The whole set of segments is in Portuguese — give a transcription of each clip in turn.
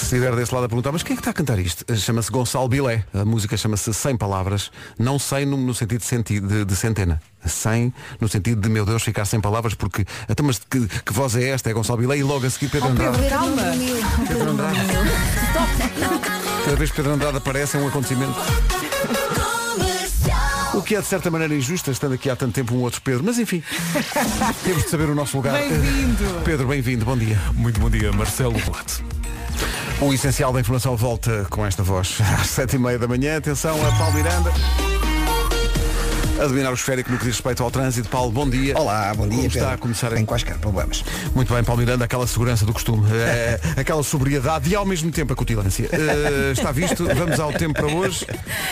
estiver desse lado a perguntar, mas quem é que está a cantar isto? Chama-se Gonçalo Bilé. A música chama-se Sem Palavras. Não sei no, no sentido de, centi- de- de centena. Sem, no sentido de, meu Deus, ficar sem palavras, porque. Até mas que, que voz é esta? É Gonçalo Bilé e logo a seguir Oh, Pedro Andrade. Calma. Pedro Andrade. Cada vez que Pedro Andrade aparece é um acontecimento. O que é de certa maneira injusto, estando aqui há tanto tempo um outro Pedro, mas enfim, temos de saber o nosso lugar. Bem-vindo. Pedro, bem-vindo, bom dia. Muito bom dia, Marcelo Rebate. O essencial da informação volta com esta voz às sete e meia da manhã. Atenção a Paulo Miranda. A dominar o esférico no que diz respeito ao trânsito. Paulo, bom dia. Olá, bom dia. Como está Pedro. a começar Tem a... quaisquer problemas. Muito bem, Paulo Miranda, aquela segurança do costume, eh, aquela sobriedade e ao mesmo tempo a cutilância. Eh, está visto, vamos ao tempo para hoje.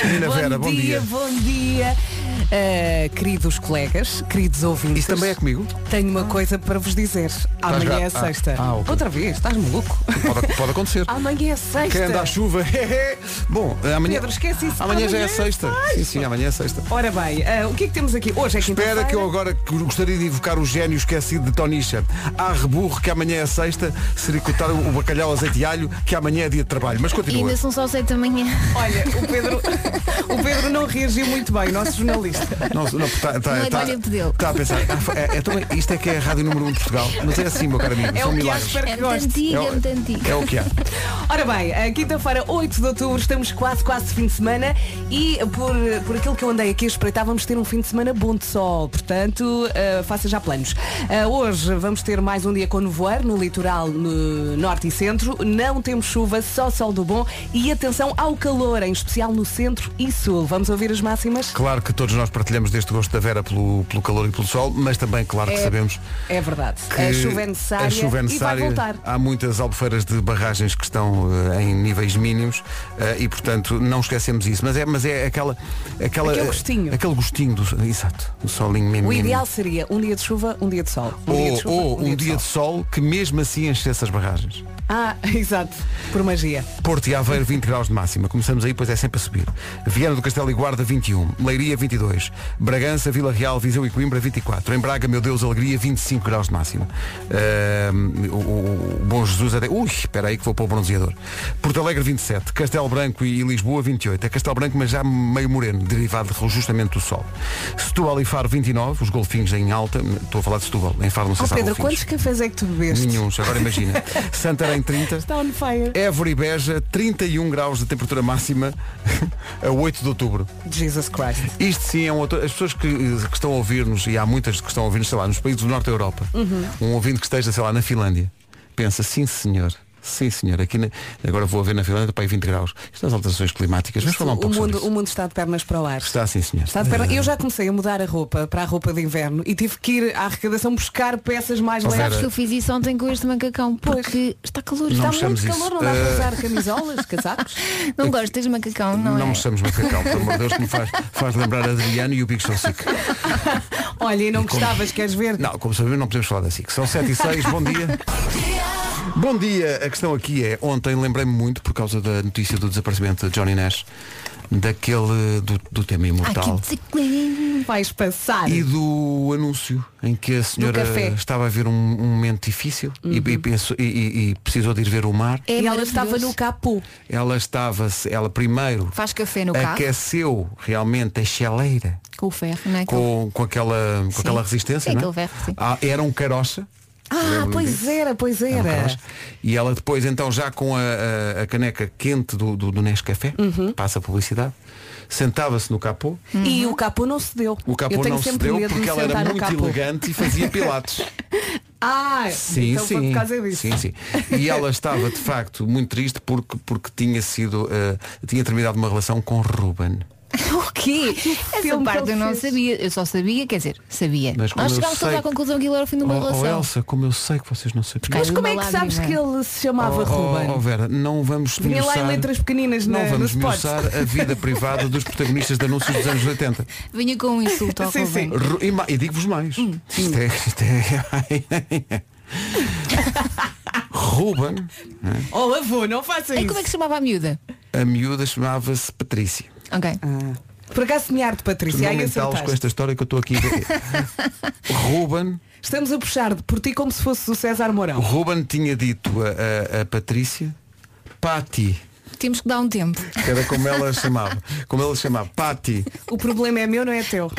Nina Vera, bom dia. Eh, bom dia. Ah, queridos colegas, queridos ouvintes. Isso também é comigo? Tenho uma coisa para vos dizer. Amanhã é grave? Ah, sexta. ah, ok. Outra vez, estás maluco? Pode, pode acontecer. Amanhã é sexta. Quem anda à chuva? Bom, eh, amanhã. Pedro, esquece isso. Amanhã já é Amanhã é sexta. Sim, sim, amanhã é sexta. Ora bem, ah, o que é que temos aqui? Hoje é quinta-feira. Espera que eu agora que gostaria de evocar o gênio esquecido de Tonicha. Há reburro que amanhã é sexta, sericotar o bacalhau azeite e alho, que amanhã é dia de trabalho. Mas E continua. ainda são só 7 da manhã. Olha, o Pedro, o Pedro não reagiu muito bem, nosso jornalista. Não, não, tá, tá, Não é tá- barulho dele. tá a pensar. É, é tão- isto é que é a rádio número 1 um de Portugal. Mas é assim, meu caro amigo, É são o que há, milagres. espero É que muito goste. antiga, É o- é muito antiga. É o que há. Ora bem, a quinta-feira, 8 de outubro, estamos quase, quase fim de semana e por, por aquilo que eu andei aqui a espreitar, vamos ter um fim de semana bom de sol, portanto, eh, faça já planos. Eh, hoje vamos ter mais um dia com nevoeiro no litoral no norte e centro, não temos chuva, só sol do bom e atenção ao calor, em especial no centro e sul. Vamos ouvir as máximas? Claro que todos nós partilhamos deste gosto da Vera pelo, pelo calor e pelo sol, mas também claro que É- sabemos É verdade, que a chuva é necessária a chuva é necessária. e vai voltar. Há muitas albufeiras de barragens que estão eh, em níveis mínimos eh, e, portanto, não esquecemos isso. Mas é, mas é aquela, aquela, eh, Aquele gostinho. aquele gostinho do, exato, o solinho mesmo. O mínimo. ideal seria um dia de chuva, um dia de sol. Um dia Hum. Ou, de chuva, ou um dia sol. de sol que mesmo assim enchesse as barragens. Ah, exato, por magia. Porto e Aveiro 20 graus de máxima. Começamos aí, pois é sempre a subir. Viana do Castelo e Guarda 21, Leiria 22, Bragança, Vila Real, Viseu e Coimbra 24. Em Braga, meu Deus, alegria 25 graus de máxima. Ahm, o, o- o Bom Jesus até. Ui, espera aí que vou para o bronzeador. Porto Alegre 27, Castelo Branco e Lisboa 28. É Castelo Branco, mas já meio moreno, derivado justamente do sol. Setúbal e Faro 29, os golfinhos em alta. Estou a falar de Setúbal, em Faro não sei Oh, se há Pedro, golfinhos. quantos cafés é que tu bebeste? Nenhum, agora imagina. Santarém 30. Está on fire. Évora e Beja, 31 graus de temperatura máxima a 8 de outubro. É Jesus Christ. Isto sim é um outro... As pessoas que, que estão a ouvir-nos, e há muitas que estão a ouvir-nos, sei lá, nos países do Norte da Europa, Uhum. um ouvinte que esteja, sei lá, na Finlândia, pensa, sim senhor, sim senhor, aqui na... agora vou a ver na Finlândia para aí 20 graus. Isto das alterações climáticas, vamos falar um o, pouco sobre mundo, isso. o mundo está de pernas para o ar. Está assim senhor. Está de perna- Eu já comecei a mudar a roupa para a roupa de inverno e tive que ir à arrecadação buscar peças mais Oh, leves. Sabes que eu fiz isso ontem com este macacão porque está Não calor. Está me muito. chames Muito calor, não isso. dá para Eh, usar camisolas, casacos. Não gosto deste macacão, não, Não, é? me chames macacão, pelo amor de Deus, que me faz, faz lembrar Adriano e o Big Show Sick. Olha, e não gostavas, queres ver? Não, como sabemos não podemos falar da SIC. São 7 e 6, bom dia. Bom dia, a questão aqui é, ontem lembrei-me muito, por causa da notícia do desaparecimento de Johnny Nash, daquele do, do tema Ai, que imortal desequilíbrio. Vais passar. e do anúncio em que a senhora café. estava a ver um, um momento difícil e, Uhum. e pensou- e- e- e precisou de ir ver o mar. É E ela maravilhoso. estava no É capô. Ela estava, ela primeiro Faz café É no carro. aqueceu realmente a chaleira Com o ferro, não é? com, com aquela, com aquela resistência. É não é? aquele verbo, sim. Ah, era um caroça. Ah, Lembro-me pois disso. era, pois Era era. Carlos. E ela depois, então, já com a, a- a caneca quente do, do, do Nescafé, Uhum. passa a publicidade, sentava-se no capô. E o capô não se deu. Uhum. O eu capô tenho não se sempre deu medo de porque me ela era sentar no muito capô. elegante e fazia pilates. Ah, sim, então foi sim. por causa disso. sim, sim. E ela estava de facto muito triste porque, porque tinha sido, eh, tinha terminado uma relação com Ruben. O quê? Essa filme que parte ele eu não fez. sabia. Eu só sabia, quer dizer, sabia. Mas como Nós eu chegámos todos sei- à conclusão que ele era o fim de uma Oh, oh, relação. Elsa, como eu sei que vocês não sabiam. Mas Caiu como é uma que sabes que lágrima. ele se chamava Ruben? oh, oh, Vera, não vamos Vinha lá em esmiuçar- letras pequeninas na, Não vamos nos potes. esmiuçar a vida privada dos protagonistas de anúncios dos anos 80. Vinha com um insulto ao Sim, Ruben. Ru- E, ma- e digo-vos mais. Isto é, isto é... Ruben, Oh avô, não faça E isso. como é que se chamava a miúda? a miúda chamava-se Patrícia. Ok. Ah. Por acaso semear de Tu Patrícia, não aí mentalos com acertaste. esta história que eu estou aqui a ver. Ruben, Estamos a puxar por ti como se fosse o César Mourão. Ruben tinha dito a, a- a Patrícia Pati, Temos que dar um tempo. que era como ela chamava. Como ela chamava, Pati, O problema é meu, não é teu.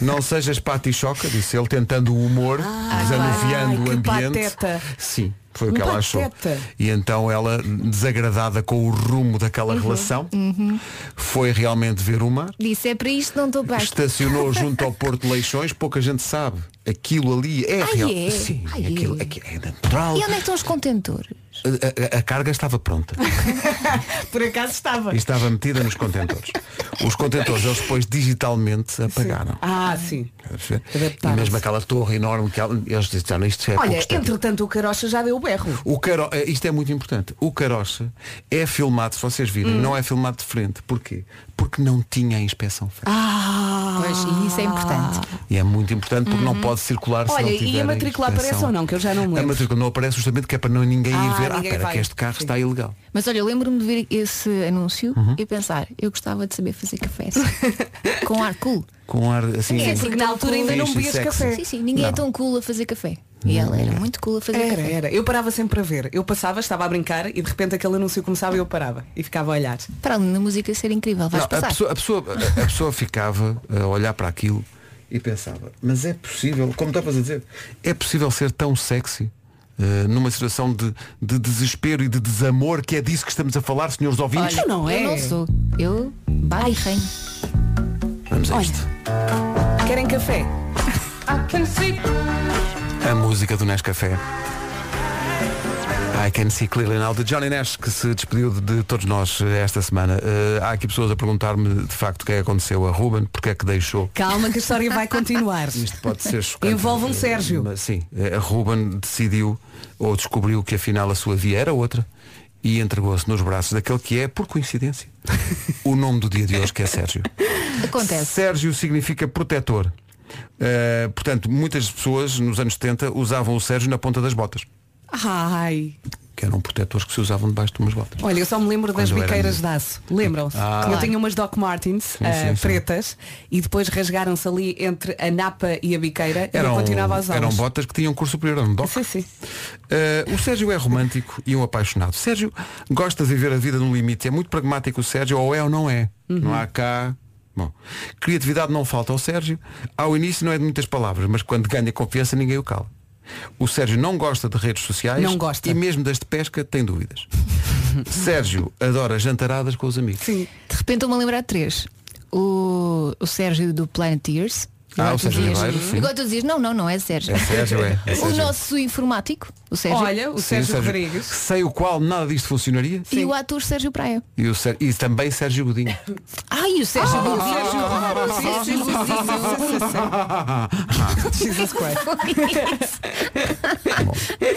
não sejas Pati Choca, disse ele, tentando o humor, Ah, desanuviando o que ambiente. pateta. Sim, Um foi o que ela achou. Pateta. E então ela, desagradada com o rumo daquela Uhum. relação, foi realmente ver o mar. Disse, é para isto, não estou para isto. Estacionou junto ao Porto de Leixões, pouca gente sabe. Aquilo ali é Ai, real. é? Sim, Ai, aquilo, é. aquilo é natural. E onde é que estão os contentores? A- a- a carga estava pronta. Por acaso estava. e estava metida nos contentores. Os contentores eles depois digitalmente apagaram. Ah, sim. E Adaptaram-se. mesmo aquela torre enorme que ela- eles disseram isto é pouco Olha, estável." entretanto o Carocha já deu o berro. O caro... eh, Isto é muito importante. O carocha é filmado, se vocês virem, Hum. não é filmado de frente. Porquê? Porque não tinha a inspeção feita. Ah, Pois, e isso é importante. E é muito importante porque não pode circular se Uhum. Olha, não e a tiver matrícula inspeção. aparece ou não? Que eu já não me A lembro. matrícula não aparece justamente que é para não ninguém Ah, ir ver. Ah, ninguém espera, vai." que este carro Sim. está ilegal. Mas olha, eu lembro-me de ver esse anúncio Uhum. e pensar, eu gostava de saber fazer café assim. com ar cool. Com ar assim. É, Porque na altura ainda não Fixe e bebias sexy. café. Sim, sim, ninguém é Não. tão cool a fazer café. E ela era muito cool a fazer Era, café. era. Eu parava sempre para ver. Eu passava, estava a brincar e de repente aquele anúncio começava e eu parava. E ficava a olhar. Para além da música ser incrível, vais Não, a, passar. pessoa, a, pessoa, a- a pessoa ficava a olhar para aquilo e pensava, mas é possível, como estavas a dizer, é possível ser tão sexy eh, numa situação de, de desespero e de desamor, que é disso que estamos a falar, senhores ouvintes? Olha, não é. Eu não sou. Eu barro e reino. Vamos a isto. Querem café? A música do Nescafé. I can see clearly now, de Johnny Nash, que se despediu de, de todos nós eh, esta semana. Eh, há aqui pessoas a perguntar-me de facto o que é que aconteceu a Ruben, porque é que deixou Calma que a história vai continuar. Isto pode ser chocante. Envolve um Sérgio. Mas, Sim, a Ruben decidiu ou descobriu que afinal a sua via era outra e entregou-se nos braços daquele que é, por coincidência, o nome do dia de hoje que é Sérgio. Acontece. Sérgio significa protetor. Uh, portanto, muitas pessoas nos anos 70 usavam o Sérgio na ponta das botas, Ai. que eram protetores que se usavam debaixo de umas botas. Olha, eu só me lembro das Quando era biqueiras de miúdo. aço. Lembram-se? Ah. Eu Claro. tinha umas Doc Martens ah, sim, sim. pretas e depois rasgaram-se ali entre a napa e a biqueira e eu continuava a usá eram botas que tinham curso superior, um eram doc. Sim, sim. Uh, o Sérgio é romântico e um apaixonado. Sérgio gosta de viver a vida no limite. É muito pragmático o Sérgio, ou é ou não é. Uhum. Não há cá. Bom, criatividade não falta ao Sérgio. Ao início não é de muitas palavras, mas quando ganha confiança ninguém o cala. O Sérgio não gosta de redes sociais Não gosta. e mesmo das de pesca tem dúvidas. Sérgio adora jantaradas com os amigos. Sim. De repente eu me a lembrar de três. O, o Sérgio do Planeteers. Ah, Agora o tu Sérgio dizias- Ribeiro, sim. Agora tu dizes, não, não, não é Sérgio. É Sérgio, é. é O Sérgio. nosso informático, o Sérgio. Olha, o Sim, Sérgio, Rodrigues. Sem o qual nada disto funcionaria. E o ator Sérgio Praia. E, o Sér- e também Sérgio Godinho. Ai, o Sérgio do Sérgio Rodrigues. Sim, sim, sim, sim, sim. Jesus Christ.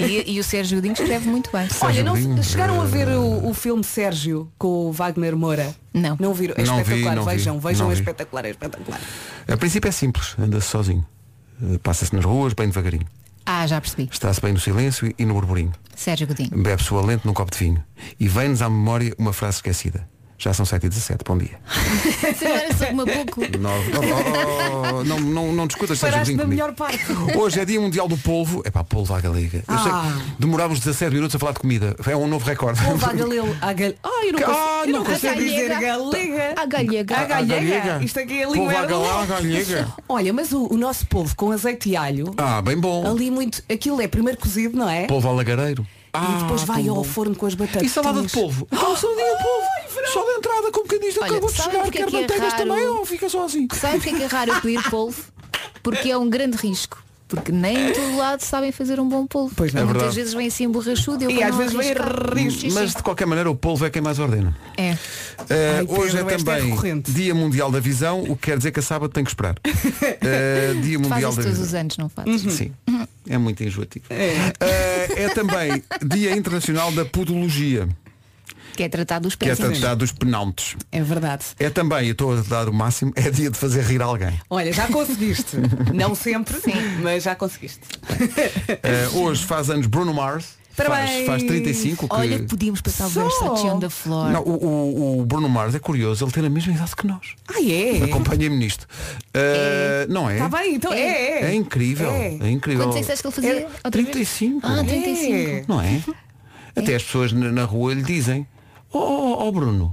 e, e o Sérgio Godinho escreve muito bem. Olha, não, Godinho. chegaram a ver o, o filme Sérgio com o Wagner Moura? Não. Não viram? É Não vi, espetacular, não vi. vejam, vejam, Não é vi. espetacular, é espetacular. A princípio é simples, anda-se sozinho. Eh, Passa-se nas ruas, bem devagarinho. Ah, já percebi. Está-se bem no silêncio e- e no burburinho. Sérgio Godinho. Bebe sua lente num copo de vinho. E vem-nos à memória uma frase esquecida. Já são 7h17, bom dia. Se não era só uma pouco. Não, oh, oh, oh, não, não, não discutas, Sérgio Paraste Godinho na comigo. melhor parte. Hoje é dia mundial do polvo. É pá, polvo à galega. Eu sei Ah. que demorámos 17 minutos a falar de comida. É um novo recorde. Houve a galego. A gal... Ai, eu não Ah, consigo, não eu não consigo consigo. dizer galega. A galega. A galega. Isto aqui é a língua. Polvo à gal- à galega. Olha, mas o, o nosso povo com azeite e alho, Ah, bem bom. ali muito. Aquilo é primeiro cozido, não é? Polvo alagareiro. e depois vai ao forno com as batatas. ah, E salada de polvo? Então, saladinha de polvo. Só de entrada, com um bocadinho de Olha, acabou de sabe chegar. porque é Quer que é manteigas raro? também ou fica só assim? Sabe porque é que é raro eu pedir polvo? Porque é um grande risco. Porque nem em todo lado sabem fazer um bom polvo. Pois não. É Muitas verdade. vezes vem assim borrachudo eu E para às não vezes vem arriscar. risco. Sim, sim. Mas de qualquer maneira o polvo é quem mais ordena. É. Eh, Ai, Pedro, hoje é esta é também recorrente. Dia Mundial da Visão, o que quer dizer que a sábado tem que esperar. Eh, dia Mundial Fazes Uhum. da todos Visão. os anos, não Hum. fazes? Sim, é muito enjoativo. Eh, é também Dia Internacional da Podologia, Que é tratado dos que é pés. tratado dos penaltes. É verdade. É também, eu estou a dar o máximo, é dia de fazer rir alguém. Olha, já conseguiste. não sempre, mas já conseguiste. Eh, hoje faz anos Bruno Mars. Faz, Parabéns. faz 35. Que... Olha que podíamos passar o Só. Versaceão da Flor. Não, o, o- o Bruno Mars é curioso, ele tem a mesma idade que nós. Ah, é? Acompanha-me nisto. Eh, Não é? Está bem, então é. É, É incrível. É, É. incrível. Quantos é que disseste que ele fazia? outra vez? 35. Ah, 35. É. Não é? Até as pessoas na, na rua lhe dizem, oh, oh, oh, Bruno,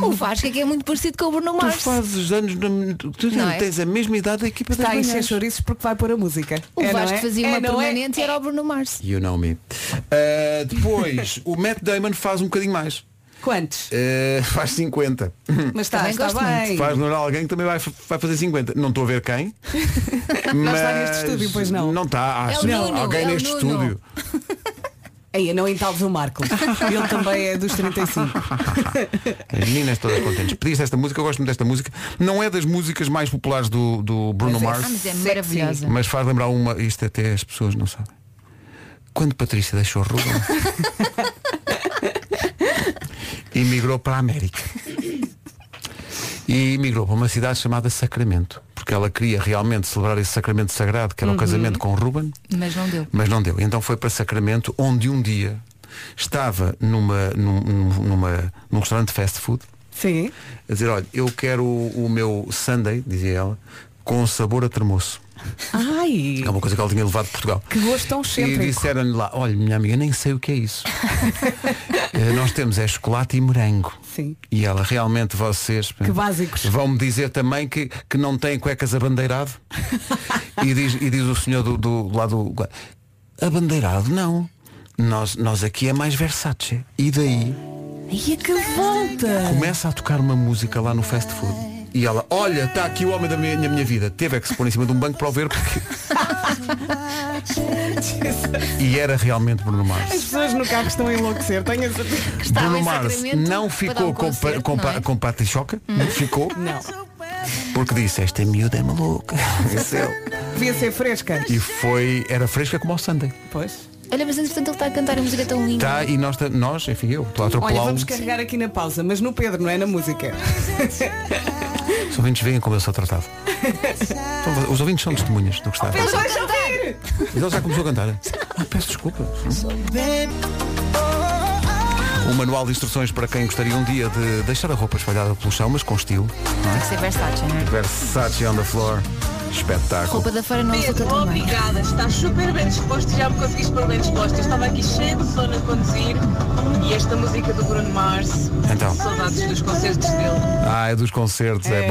O Vasco é que é muito parecido com o Bruno tu Mars. fazes anos, na- tu tu Não é? tens a mesma idade da equipa Está a das encher manhãs. Tá chouriços porque vai pôr a música. O É, não Vasco é? fazia É, uma não é? permanente e era o Bruno Mars. You know me. Uh, depois, o Matt Damon faz um bocadinho mais. Quantos? Uh, faz 50. Mas está, Também está gosto bem. Faz lembrar alguém que também vai, vai fazer 50. Não estou a ver quem. Não está neste estúdio, pois não. Não está, acho É o que Nuno, alguém é o neste Nuno. estúdio. Aí, não entalves o Marco. Ele também é dos 35. As meninas todas contentes. Pediste esta música, eu gosto muito desta música. Não é das músicas mais populares do, do Bruno Mas é- Mars, Ah, mas é Sexy. maravilhosa. mas faz lembrar uma. Isto até as pessoas não sabem. Quando Patrícia deixou Rubão e migrou para a América. E migrou para uma cidade chamada Sacramento, porque ela queria realmente celebrar esse sacramento sagrado, que era o casamento com Ruben, Mas não deu. mas não deu. Então foi para Sacramento, onde um dia estava numa, num, num- numa, num restaurante de fast food Sim. a dizer, olha, eu quero o, o meu Sunday, dizia ela, com um sabor a termoço. Ai, É uma coisa que ela tinha levado de Portugal. que gosto tão E sempre. disseram-lhe lá, olha minha amiga, nem sei o que é isso. Eh, Nós temos é chocolate e morango. Sim. E ela realmente vocês Que básicos. vão-me dizer também que, que não têm cuecas abandeirado. e, diz, e diz o senhor do, do lado abandeirado, não. Nós, nós aqui é mais versátil. E daí E a é que volta! começa a tocar uma música lá no fast food. E ela, olha, está aqui o homem da minha, minha vida. Teve é que se pôr em cima de um banco para o ver porque. e era realmente Bruno As Mars. pessoas no carro estão a enlouquecer, tenho a certeza. Que estava Bruno em Mars Sacramento não para ficou dar um com, concerto, com, não é? com Pati Choca, não ficou, Não, porque disse, esta miúda é maluca. Esse é ele. devia ser fresca. e foi, era fresca como ao Sunday. Pois. Olha, mas entretanto ele está a cantar a música tão linda. Tá, e nós, ta- nós, enfim, eu estou a Olha, atropelá-lo. vamos carregar aqui na pausa, mas no Pedro, não é na música. Os ouvintes veem como eu sou tratado. Então, Os ouvintes são testemunhas do que está a Mas deixa ouvir! Mas Ele já começou a cantar. Ah, peço desculpa. O Um manual de instruções para quem gostaria um dia de deixar a roupa espalhada pelo chão, mas com estilo. Tem que ser Versace, não é? Versace on the floor. Espetáculo. Roupa da feira não usa Pedro, tão bem. obrigada, estás super bem disposto e já me conseguiste pôr bem disposta. Eu estava aqui cheia de sono a conduzir e esta música do Bruno Mars, Então. saudades dos concertos dele. Ah, é dos concertos, é,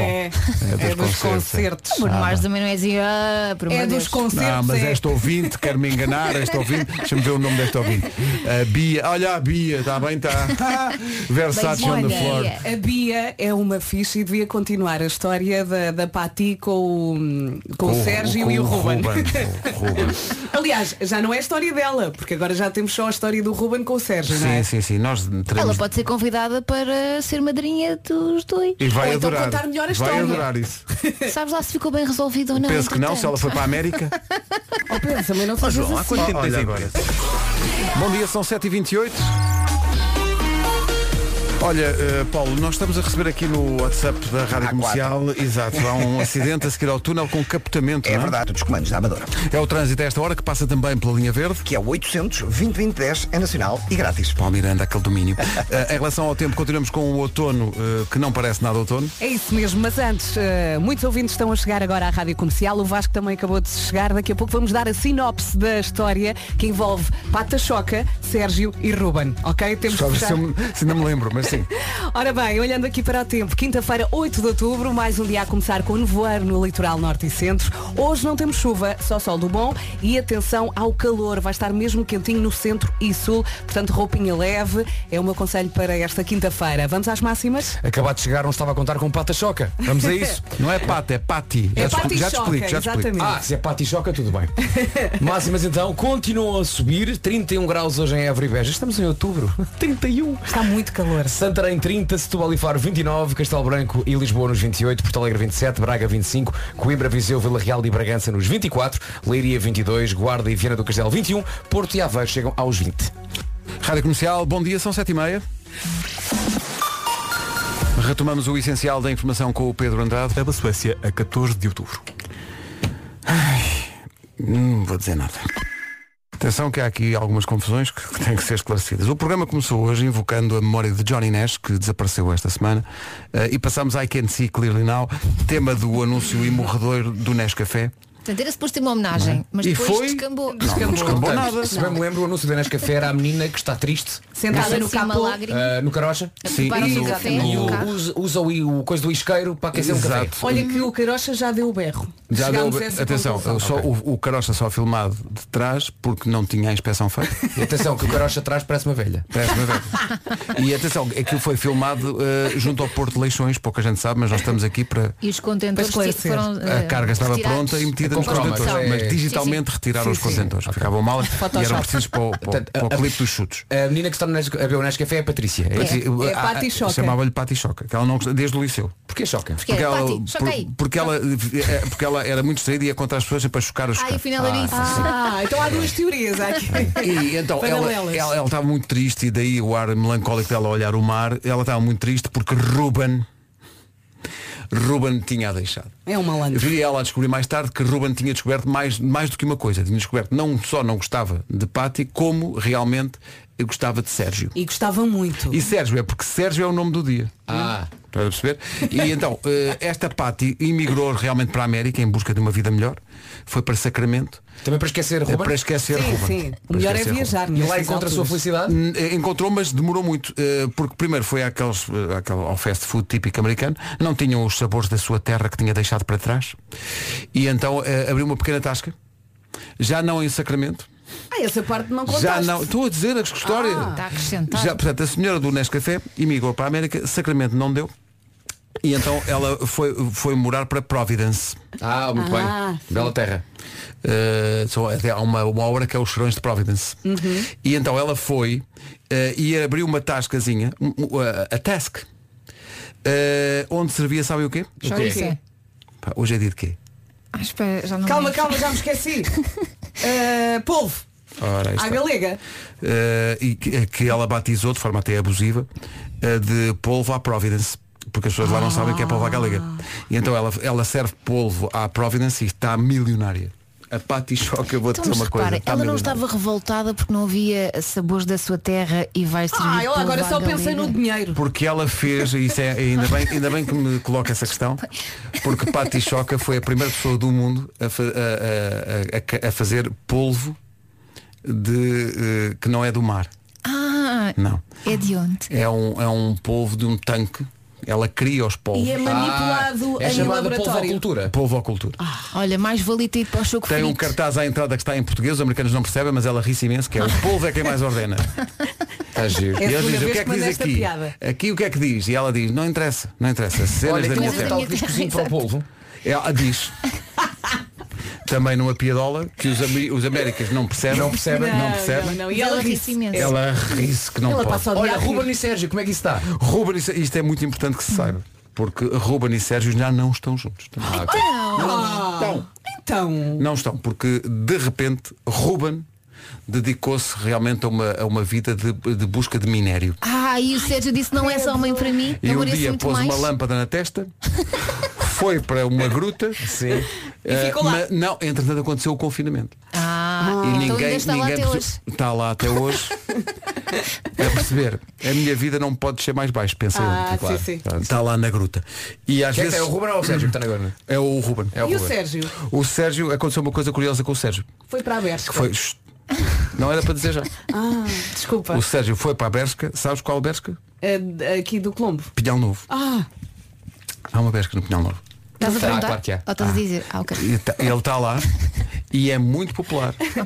bom. É dos concertos. Bruno Mars também não é assim, ah, por amor É de dos Deus. concertos. Ah, mas é. esta ouvinte, quero me enganar, esta ouvinte, deixa-me ver o nome desta ouvinte. A Bia, olha a Bia, está bem, está. Versace on the Olha, floor. Bia. A Bia é uma ficha e devia continuar a história da, da Pati com, o- com o Sérgio com e o Ruben. Ruben. O Ruben. Aliás, já não é a história dela, porque agora já temos só a história do Ruben com o Sérgio, não é? Sim, sim, sim. Nós Ela teremos pode ser convidada para ser madrinha dos dois. E vai Ou então adorar. contar melhor vai a história. adorar isso. Sabes lá se ficou bem resolvido ou não. Penso que não, se entretanto. ela foi para a América. Oh, Pedro, também não fazes assim. Olha agora. Bom dia, são 7h28. Olha, eh, Paulo, nós estamos a receber aqui no WhatsApp da Rádio Comercial, exato, há um acidente a seguir ao túnel com capotamento, É não verdade, dos comandos da Amadora. É o trânsito a esta hora que passa também pela linha verde. Que é o 800 20 10 é nacional e grátis. Paulo Miranda, aquele domínio. Eh, em relação ao tempo, continuamos com o outono, eh, que não parece nada outono. É isso mesmo, mas antes, eh, muitos ouvintes estão a chegar agora à Rádio Comercial, o Vasco também acabou de chegar, daqui a pouco vamos dar a sinopse da história que envolve Pata Choca, Sérgio e Ruben, ok? Temos que Só se, fechar. eu me- se não me lembro, mas sim. Ora bem, olhando aqui para o tempo, quinta-feira, 8 de outubro, mais um dia a começar com nevoeiro no litoral norte e centro. Hoje não temos chuva, só sol do bom e atenção ao calor, vai estar mesmo quentinho no centro e sul, portanto roupinha leve é o meu conselho para esta quinta-feira. Vamos às máximas? Acabado de chegar, não estava a contar com pata choca. Vamos a isso. Não é pata, é pati. É já, te expli- pata e já te choca, explico, já te explico. exatamente. Ah, se é pata e choca, tudo bem. Máximas então, continuam a subir. 31 graus hoje em Évora e Beja. Estamos em outubro. 31. Ah. Está muito calor. Santarém 30, Setúbal e Faro 29, Castelo Branco e Lisboa nos 28, Porto Alegre 27, Braga 25, Coimbra, Viseu, Vila Real e Bragança nos 24, Leiria 22, Guarda e Viana do Castelo 21, Porto e Aveiro chegam aos 20. Rádio Comercial, bom dia, são 7h30. Retomamos o essencial da informação com o Pedro Andrade. Pela Suécia a 14 de outubro. Não vou dizer nada. Atenção que há aqui algumas confusões que que têm que ser esclarecidas. O programa começou hoje invocando a memória de Johnny Nash, que desapareceu esta semana, eh, e passamos a I Can See Clearly Now, tema do anúncio imorredor do Nash Café. Portanto, era suposto ter uma homenagem, mas é? E depois foi? descambou. Não descambou Portanto, nada. Se bem me lembro, o anúncio da Nescafé era a menina que está triste Sentada Assim, no uma capô. É. lágrima. ah, no carocha. A preparar E um o- café e no o- carro. usa, usa o, o coisa do isqueiro para aquecer um Exato. café. Olha que o Carocha já deu o berro. Já deu, Chegámos a essa atenção, conclusão. só, o, o carocha só filmado de trás porque não tinha a inspeção feita. E atenção, que o carocha atrás parece uma velha. Parece uma vez. é e atenção, aquilo foi filmado eh, junto ao Porto de Leixões, pouca gente sabe, mas nós estamos aqui para. E os contentores Para que esclarecer. foram. A eh, carga estava retirados. pronta e metida Com nos cromas, contentores. é. Mas digitalmente retiraram os Sim, sim. contentores. Ficavam mal e eram Photoshop. precisos para o, para o- Portanto, para o a- a- clipe dos chutos. A menina que está no Nes- a ver o Nescafé é a Patrícia. É isso? Patrícia- é a- Pati a- Choca. Chamava-lhe Pati Choca, que ela não gostava- desde o liceu. Porquê choca? Que era, Pati, choca por- aí. porque, ela, eh, porque ela era muito distraída e ia contra as pessoas para chocar os Ah, e afinal era isso. Ah, então há duas teorias aqui. E então ela Paralelas. ela- ela estava muito triste e daí o ar melancólico dela a olhar o mar, ela estava muito triste porque Ruben Ruben tinha a deixado. É um malandro. Viria ela a descobrir mais tarde que Ruben tinha descoberto mais, mais do que uma coisa. Tinha descoberto não só não gostava de Patti, como realmente gostava de Sérgio. E gostava muito. E Sérgio é porque Sérgio é o nome do dia. Ah. Estás a perceber? E então, eh, esta Patti emigrou realmente para a América em busca de uma vida melhor. Foi para Sacramento Também para esquecer, eh, Ruben. para esquecer Sim, Ruben. sim. O Para melhor é esquecer Ruben. viajar. E nestas lá encontra a sua alturas. felicidade. Hum, eh, Encontrou, mas demorou muito, eh, porque primeiro foi àqueles, eh, àquele, ao fast food típico americano, não tinham os sabores da sua terra que tinha deixado para trás, e então eh, abriu uma pequena tasca, já não em Sacramento, Ah, essa parte não contaste. já não, estou a dizer a história, Está acrescentado. já, portanto, a senhora do Nescafé imigrou para a América, Sacramento não deu, e então ela foi, foi morar para Providence. Ah, muito Ah, bem. Bela terra. Uh, só até há uma, uma obra que é os Chorões de Providence. E então ela foi uh, e abriu uma tascazinha, um- um, uh, a task, uh, onde servia, sabe o quê? Chouriça. Pá, hoje é dia de quê? Ah, espera, já não Calma, lembro. calma, já me esqueci. Uh, polvo. Ora, aí À está. galega. Uh, e que, que ela batizou de forma até abusiva uh, de polvo à Providence. Porque as pessoas lá não sabem que é polvo à galega. Ah. E então ela, ela serve polvo à Providence e está milionária. A Pati Choca, eu vou Então, dizer mas uma repara, coisa. está ela não milionária. estava revoltada porque não havia sabores da sua terra e vai servir Ah, eu polvo agora à só pensei galega. no dinheiro. Porque ela fez, e isso é, ainda, bem, ainda bem que me coloca essa questão, porque Patti Choca foi a primeira pessoa do mundo a, fa- a- a- a- a fazer polvo de, eh, que não é do mar. Ah, Não. é de onde? É um, é um polvo de um tanque. Ela cria os polvos. E é manipulado é em chamada laboratório. polvocultura. Ah, Polvo à cultura. Ah, Ah, Olha, mais valia ter ido para o choco Tem um frito. cartaz à entrada que está em português, os americanos não percebem, mas ela ri-se imenso, que é o polvo é quem mais ordena. Tá Está giro. É a e eles dizem, segunda o que vez é que que diz manda esta aqui? piada. Aqui o que é que diz? E ela diz, não interessa, não interessa. Cenas Olha, da tem minha um terra. tal riscozinho para o polvo. Ela diz. Também numa piadola que os, ami- os Américas não percebem. Não percebem. Não, percebem. não, não. E ela ri-se imenso. Ela ri-se que não Ela pode. passa o dia Olha, a rir. Ruben e Sérgio, como é que isso está? Ruben e, Sé- isto é muito importante que se saiba. Porque Ruben e Sérgio já não estão juntos. Não, Então, não estão. Porque de repente Ruben dedicou-se realmente a uma, a uma vida de, de busca de minério. Ah, e o Sérgio disse não é só homem para mim, E um namorei-se dia muito pôs mais. uma lâmpada na testa, foi para uma gruta. Sim. eh, ficou lá. ma- não, entretanto aconteceu o confinamento. Ah, E então ninguém, ainda está ninguém lá até perce- hoje. Está lá até hoje. a perceber, a minha vida não pode ser mais baixo, pensa Ah, eu. tipo, claro. sim, sim. Está tá lá na gruta. E às Quem é que vezes é o Ruben ou o Sérgio que está na gorna? é o Ruben. É o e o Ruben. Sérgio? O Sérgio, aconteceu uma coisa curiosa com o Sérgio, Foi para a Bershka. que Ah. foi. Shh, Não era para dizer já. Ah, desculpa. O Sérgio foi para a Bershka, sabes qual Bershka? Eh, d- aqui do Colombo. Pinhal Novo. Ah, Há uma Bershka no Pinhal Novo. Estás Ah, a perguntar? claro que é. Ou estás a dizer? Ah, ok. E tá- Ele está lá e é muito popular. Ok. O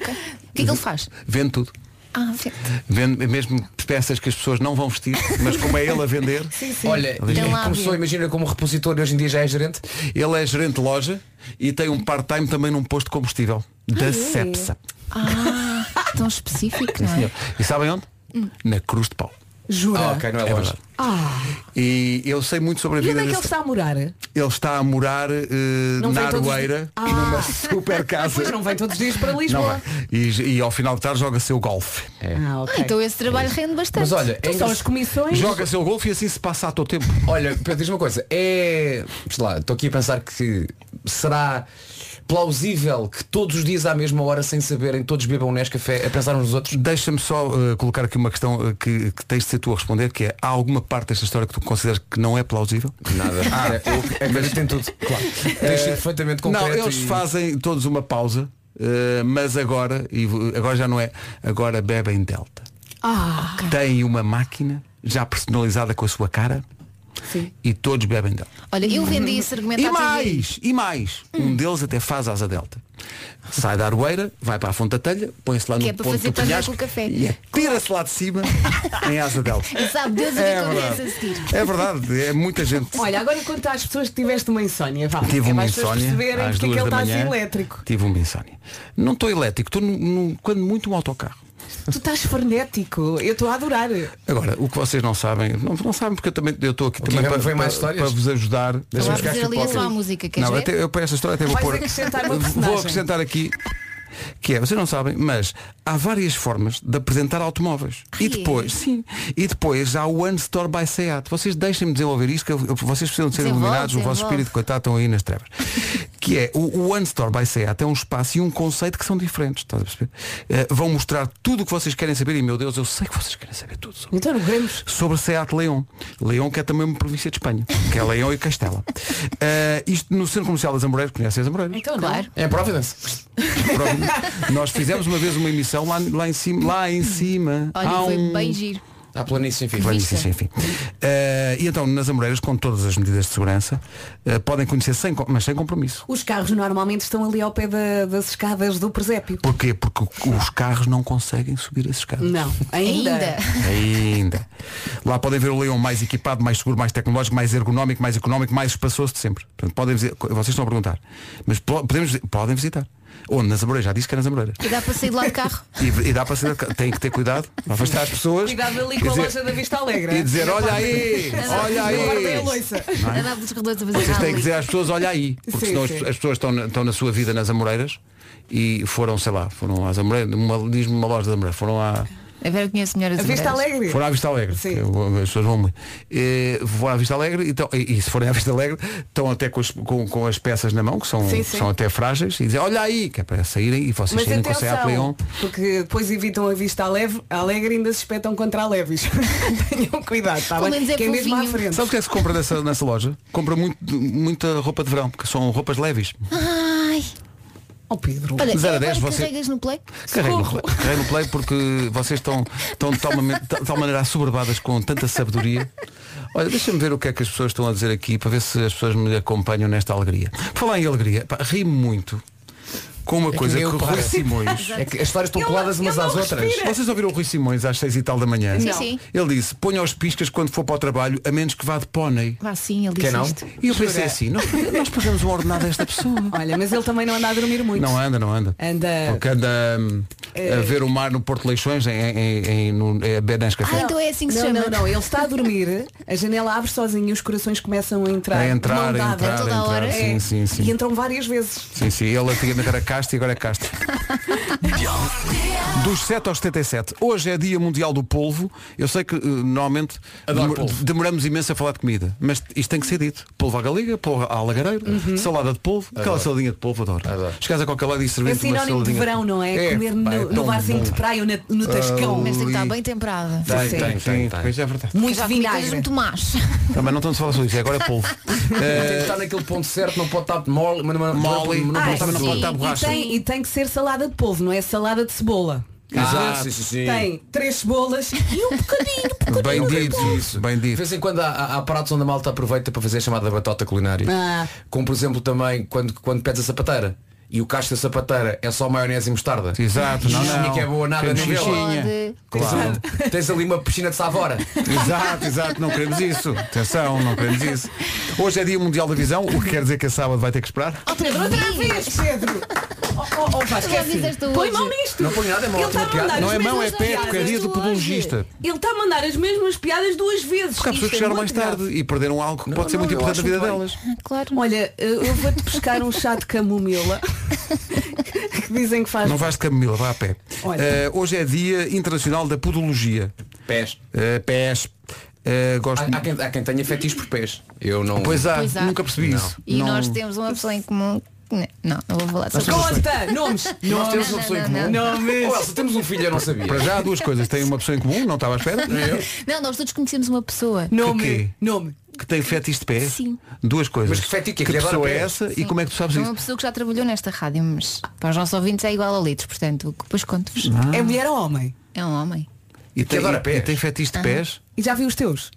que é que ele faz? Vende tudo. Ah, certo. Vende mesmo peças que as pessoas não vão vestir, mas como é ele a vender, Olha, Tem e lá a começou, ver. imagina, como repositor e hoje em dia já é gerente. Ele é gerente de loja e tem um part-time também num posto de combustível. Da é? Cepsa. Ah, tão específico, não é? E sabem onde? Hum. Na Cruz de Pau. jura. Ah, ok, não é longe. verdade. Ah, E eu sei muito sobre a E vida onde é que ele desse- está a morar? Ele está a morar eh, Não na vem todos os Arueira, dias. numa Ah. super casa. Pois não vem todos os dias para Não Lisboa. vai. E, e ao final de tarde joga seu golfe. Ah, Ah, ok. então esse trabalho rende bastante. Mas olha, é Então são as engraçado. comissões. Joga seu golfe e assim se passa a todo tempo. Olha, Pedro, diz uma coisa, é. Sei lá, estou aqui a pensar que será plausível que todos os dias à mesma hora, sem saberem, todos bebam um Nescafé a pensar uns nos outros? Deixa-me só eh, colocar aqui uma questão eh, que, que tens de ser tu a responder, que é há alguma parte desta história que tu consideras que não é plausível? Nada. Ah, eu acredito em tudo. Claro. Eh, Tens sido perfeitamente concreto. Não, eles e- fazem todos uma pausa, eh, mas agora, e v- agora já não é, agora bebem Delta. Ah, ok. Têm uma máquina já personalizada com a sua cara Sim. e todos bebem Delta. Olha, eu vendi esse argumento E à TV. mais, e mais. Hum. Um deles até faz asa delta. Sai da aroeira, vai para a fonte da telha, põe-se lá Que no é para ponto fazer do panela penhasco com café. e atira-se lá de cima em asa delta. E sabe Deus o que acontece a seguir. é verdade, é muita gente. Olha, agora conta às pessoas que tiveste uma insónia, vá. Tive é uma mais para as pessoas insónia perceberem às porque é que duas ele da tá está assim manhã. elétrico. Tive uma insónia. Não estou elétrico, estou num- num- quando muito um autocarro. Tu estás frenético. Eu estou a adorar. Agora, o que vocês não sabem, não, não sabem porque eu também eu estou aqui Ok, também vem- para, vem é mais para, histórias? para vos ajudar. Vou Deixa-me lá buscar fazer este ali pó. só a música, queres Não, ver? até, eu para esta história até vou Vais pôr. acrescentar uma Vou personagem. acrescentar aqui que é, vocês não sabem, mas há várias formas de apresentar automóveis. E Que é? depois, sim, e depois há o One Store by Seat. Vocês deixem-me desenvolver isto, que eu- eu- vocês precisam de ser Desenvolve, iluminados, o vosso desenvolve. espírito coitado estão aí nas trevas. que é, o, o One Store by Seat é um espaço e um conceito que são diferentes, estás a perceber? Eh, vão mostrar tudo o que vocês querem saber e, meu Deus, eu sei que vocês querem saber tudo sobre Então não queremos. sobre Seat León. León que é também uma província de Espanha, que é León e Castela. Eh, isto no Centro Comercial das Amoreiras, conhecem as Amoreiras? Então não. Claro. É Providence. Pronto. Nós fizemos uma vez uma emissão lá, lá em cima, lá em cima. há Olha, um- foi bem giro. Há planície, enfim. Bem, vista. sim, sim, enfim. Eh, e então nas Amoreiras, com todas as medidas de segurança, eh, podem conhecer sem, com- mas sem compromisso. Os carros normalmente estão ali ao pé da- das escadas do presépio. Porquê? Porque o- os carros não conseguem subir as escadas. Não, ainda. Ainda. Ainda. Lá podem ver o leão mais equipado, mais seguro, mais tecnológico, mais ergonómico, mais económico, mais espaçoso de sempre. Portanto, podem visi- vocês estão a perguntar. Mas po- podemos, visi- podem visitar. Onde? Nas Amoreiras, já disse que é nas Amoreiras. E dá para sair de lá de carro. E, e dá para saber, tem que ter cuidado, afastar as pessoas. Cuidado ali Quer com a dizer, loja da Vista Alegre. E dizer, olha aí, olha Não guardei a aí. loiça. Andar pelos corredores a fazer Vocês têm que rally. dizer às pessoas, olha aí. Porque Sim, senão as, sim. as pessoas estão na, estão na sua vida nas Amoreiras e foram, sei lá, foram às Amoreiras, uma- diz-me uma loja da Amoreira, foram à. A Vera conhece melhor as A Vista Amoreiras. Alegre. Foram à Vista Alegre. Sim. que eu- As pessoas vão muito. Eh, Foram à Vista Alegre e, tão- e- e se forem à Vista Alegre estão até com as, com- com as peças na mão, que são, Sim, que sim. são até frágeis, e dizem, olha aí, que é para saírem e vocês Mas saírem com um. o Seat Leon. atenção, porque depois evitam a vista alegre, alegre e ainda se espetam contra a Levis. Tenham cuidado, está Pelo bem? menos é que é mesmo à fofinho. frente. Sabe o que é que se compra nessa, nessa loja? Compra muito, muita roupa de verão, porque são roupas leves. Ai. Oh Pedro. Olha, Zero a agora dez, você- carregas no play? Carregue no, play, carregue no play porque vocês estão, estão de, tal, maneira- de tal maneira assoberbadas com tanta sabedoria. Olha, deixa-me ver o que é que as pessoas estão a dizer aqui para ver se as pessoas me acompanham nesta alegria. Por Falar em alegria, pá, ri muito com uma coisa É que ninguém o o Rui para. Simões. É que as histórias estão Ele coladas não- umas ele às não outras. respira. Vocês ouviram o Rui Simões às seis e tal da manhã? Sim, sim. Ele disse, ponha os piscas quando for para o trabalho, a menos que vá de pônei. Vá sim, ele Quem disse não? isto. E eu pensei assim, nós, nós pagamos um ordenado a esta pessoa. Olha, mas ele também não anda a dormir muito. Não é? anda, não anda. Anda- Porque anda hum, É. a ver o mar no Porto Leixões, em, em, em, no, em Benas Ah, Café. então é assim que se não, chama. não, não, ele está a dormir, a janela abre sozinho e os corações começam a entrar. a de entrar, mão a dada. entrar, a toda a entrar. hora. Sim, É. sim, E sim. entram várias vezes. Sim, sim. Ele antigamente era Castro e agora é Castro. Dos 7 aos 77. Hoje é dia mundial do polvo. Eu sei que eh, normalmente Adoro demor- polvo. demoramos imenso a falar de comida. Mas isto tem que ser dito. Polvo à galega, polvo à alagareiro, salada de polvo, aquela saladinha de polvo, adoro. Adoro. Chegas a qualquer lado e Uhum. É servem te uma sinónimo saladinha. de verão, não é? É, Comer pá, é no, no tão barzinho bom. Ah, de praia ou na- no Tascão. Mas tem que estar bem temperada. Tem, Sim. tem, tem, tem. Pois é verdade. Eu Muito já comi coisas vinagre. muito más. Também não estamos a falar sobre isso, agora é polvo. Tem que estar naquele ponto certo, não pode estar Eh, mole, mas não- não- Mole. não- não Ah, pode estar sim. mole. Tá e, borracha. tem, e tem que ser salada de polvo, não é salada de cebola. Ah, sim, sim, sim. Tem três cebolas e um bocadinho. Bem dito, isso, bem De dito. vez em quando há, há, há pratos onde a malta aproveita para fazer a chamada batota culinária. Ah. Como por exemplo também quando, quando pedes a sapateira e o cacho da sapateira é só maionese e mostarda. Exato, não, Xixinha não. que é boa, nada, Queremos nem xixinha. Pode. Claro. Tens ali uma piscina de savora. Exato, exato, não queremos isso. Atenção, não queremos isso. Hoje é dia mundial da visão, o que quer dizer que a sábado vai ter que esperar. Ah, Oh, Pedro, outra vez, Pedro! Oh, oh, oh, Vasco, Já é assim. fizeste Põe hoje. mão nisto! Não põe nada, é uma Ele ótima está a piada. mandar Não as é mão, é mesmas pé, porque é piadas. dia do pedologista. Ele está a mandar as mesmas piadas duas vezes. Porque há tá, pessoas Isto que é chegaram mais muito tarde grave. e perderam algo que pode ser não, muito eu importante na acho vida muito delas. Claro. Olha, eu vou-te pescar um chá de camomila que dizem que faz. Não vais de camomila, vá a pé. Olha. Eh, hoje é dia internacional da podologia. Pés. Eh, pés. Eh, Há, gosto há quem, há quem tenha fetiche por pés. Eu não. Pois há, Pois há. nunca percebi Não. isso. E Não- nós temos uma pessoa em comum Né, Não, não vou falar sobre isso. Conta! Nomes! Nós temos uma pessoa em é. comum. Nomes! Ou Elsa, temos um filho, eu não sabia. Para já há duas coisas. Tem uma pessoa em comum, não estava à espera. Não, nós todos conhecemos uma pessoa. quê? Nome! Nome! Que tem fetiche de pé. Sim. Duas coisas. Mas que fetiche é? Que Queria dar pessoa a é pé. essa e Sim. como é que tu sabes É isso? uma pessoa que já trabalhou nesta rádio, mas para os nossos ouvintes é igual ao litro, portanto, depois conto-vos. Ah. É mulher ou homem? É um homem. E tem, adora e- pés. e tem fetiche de pés? E já vi os teus?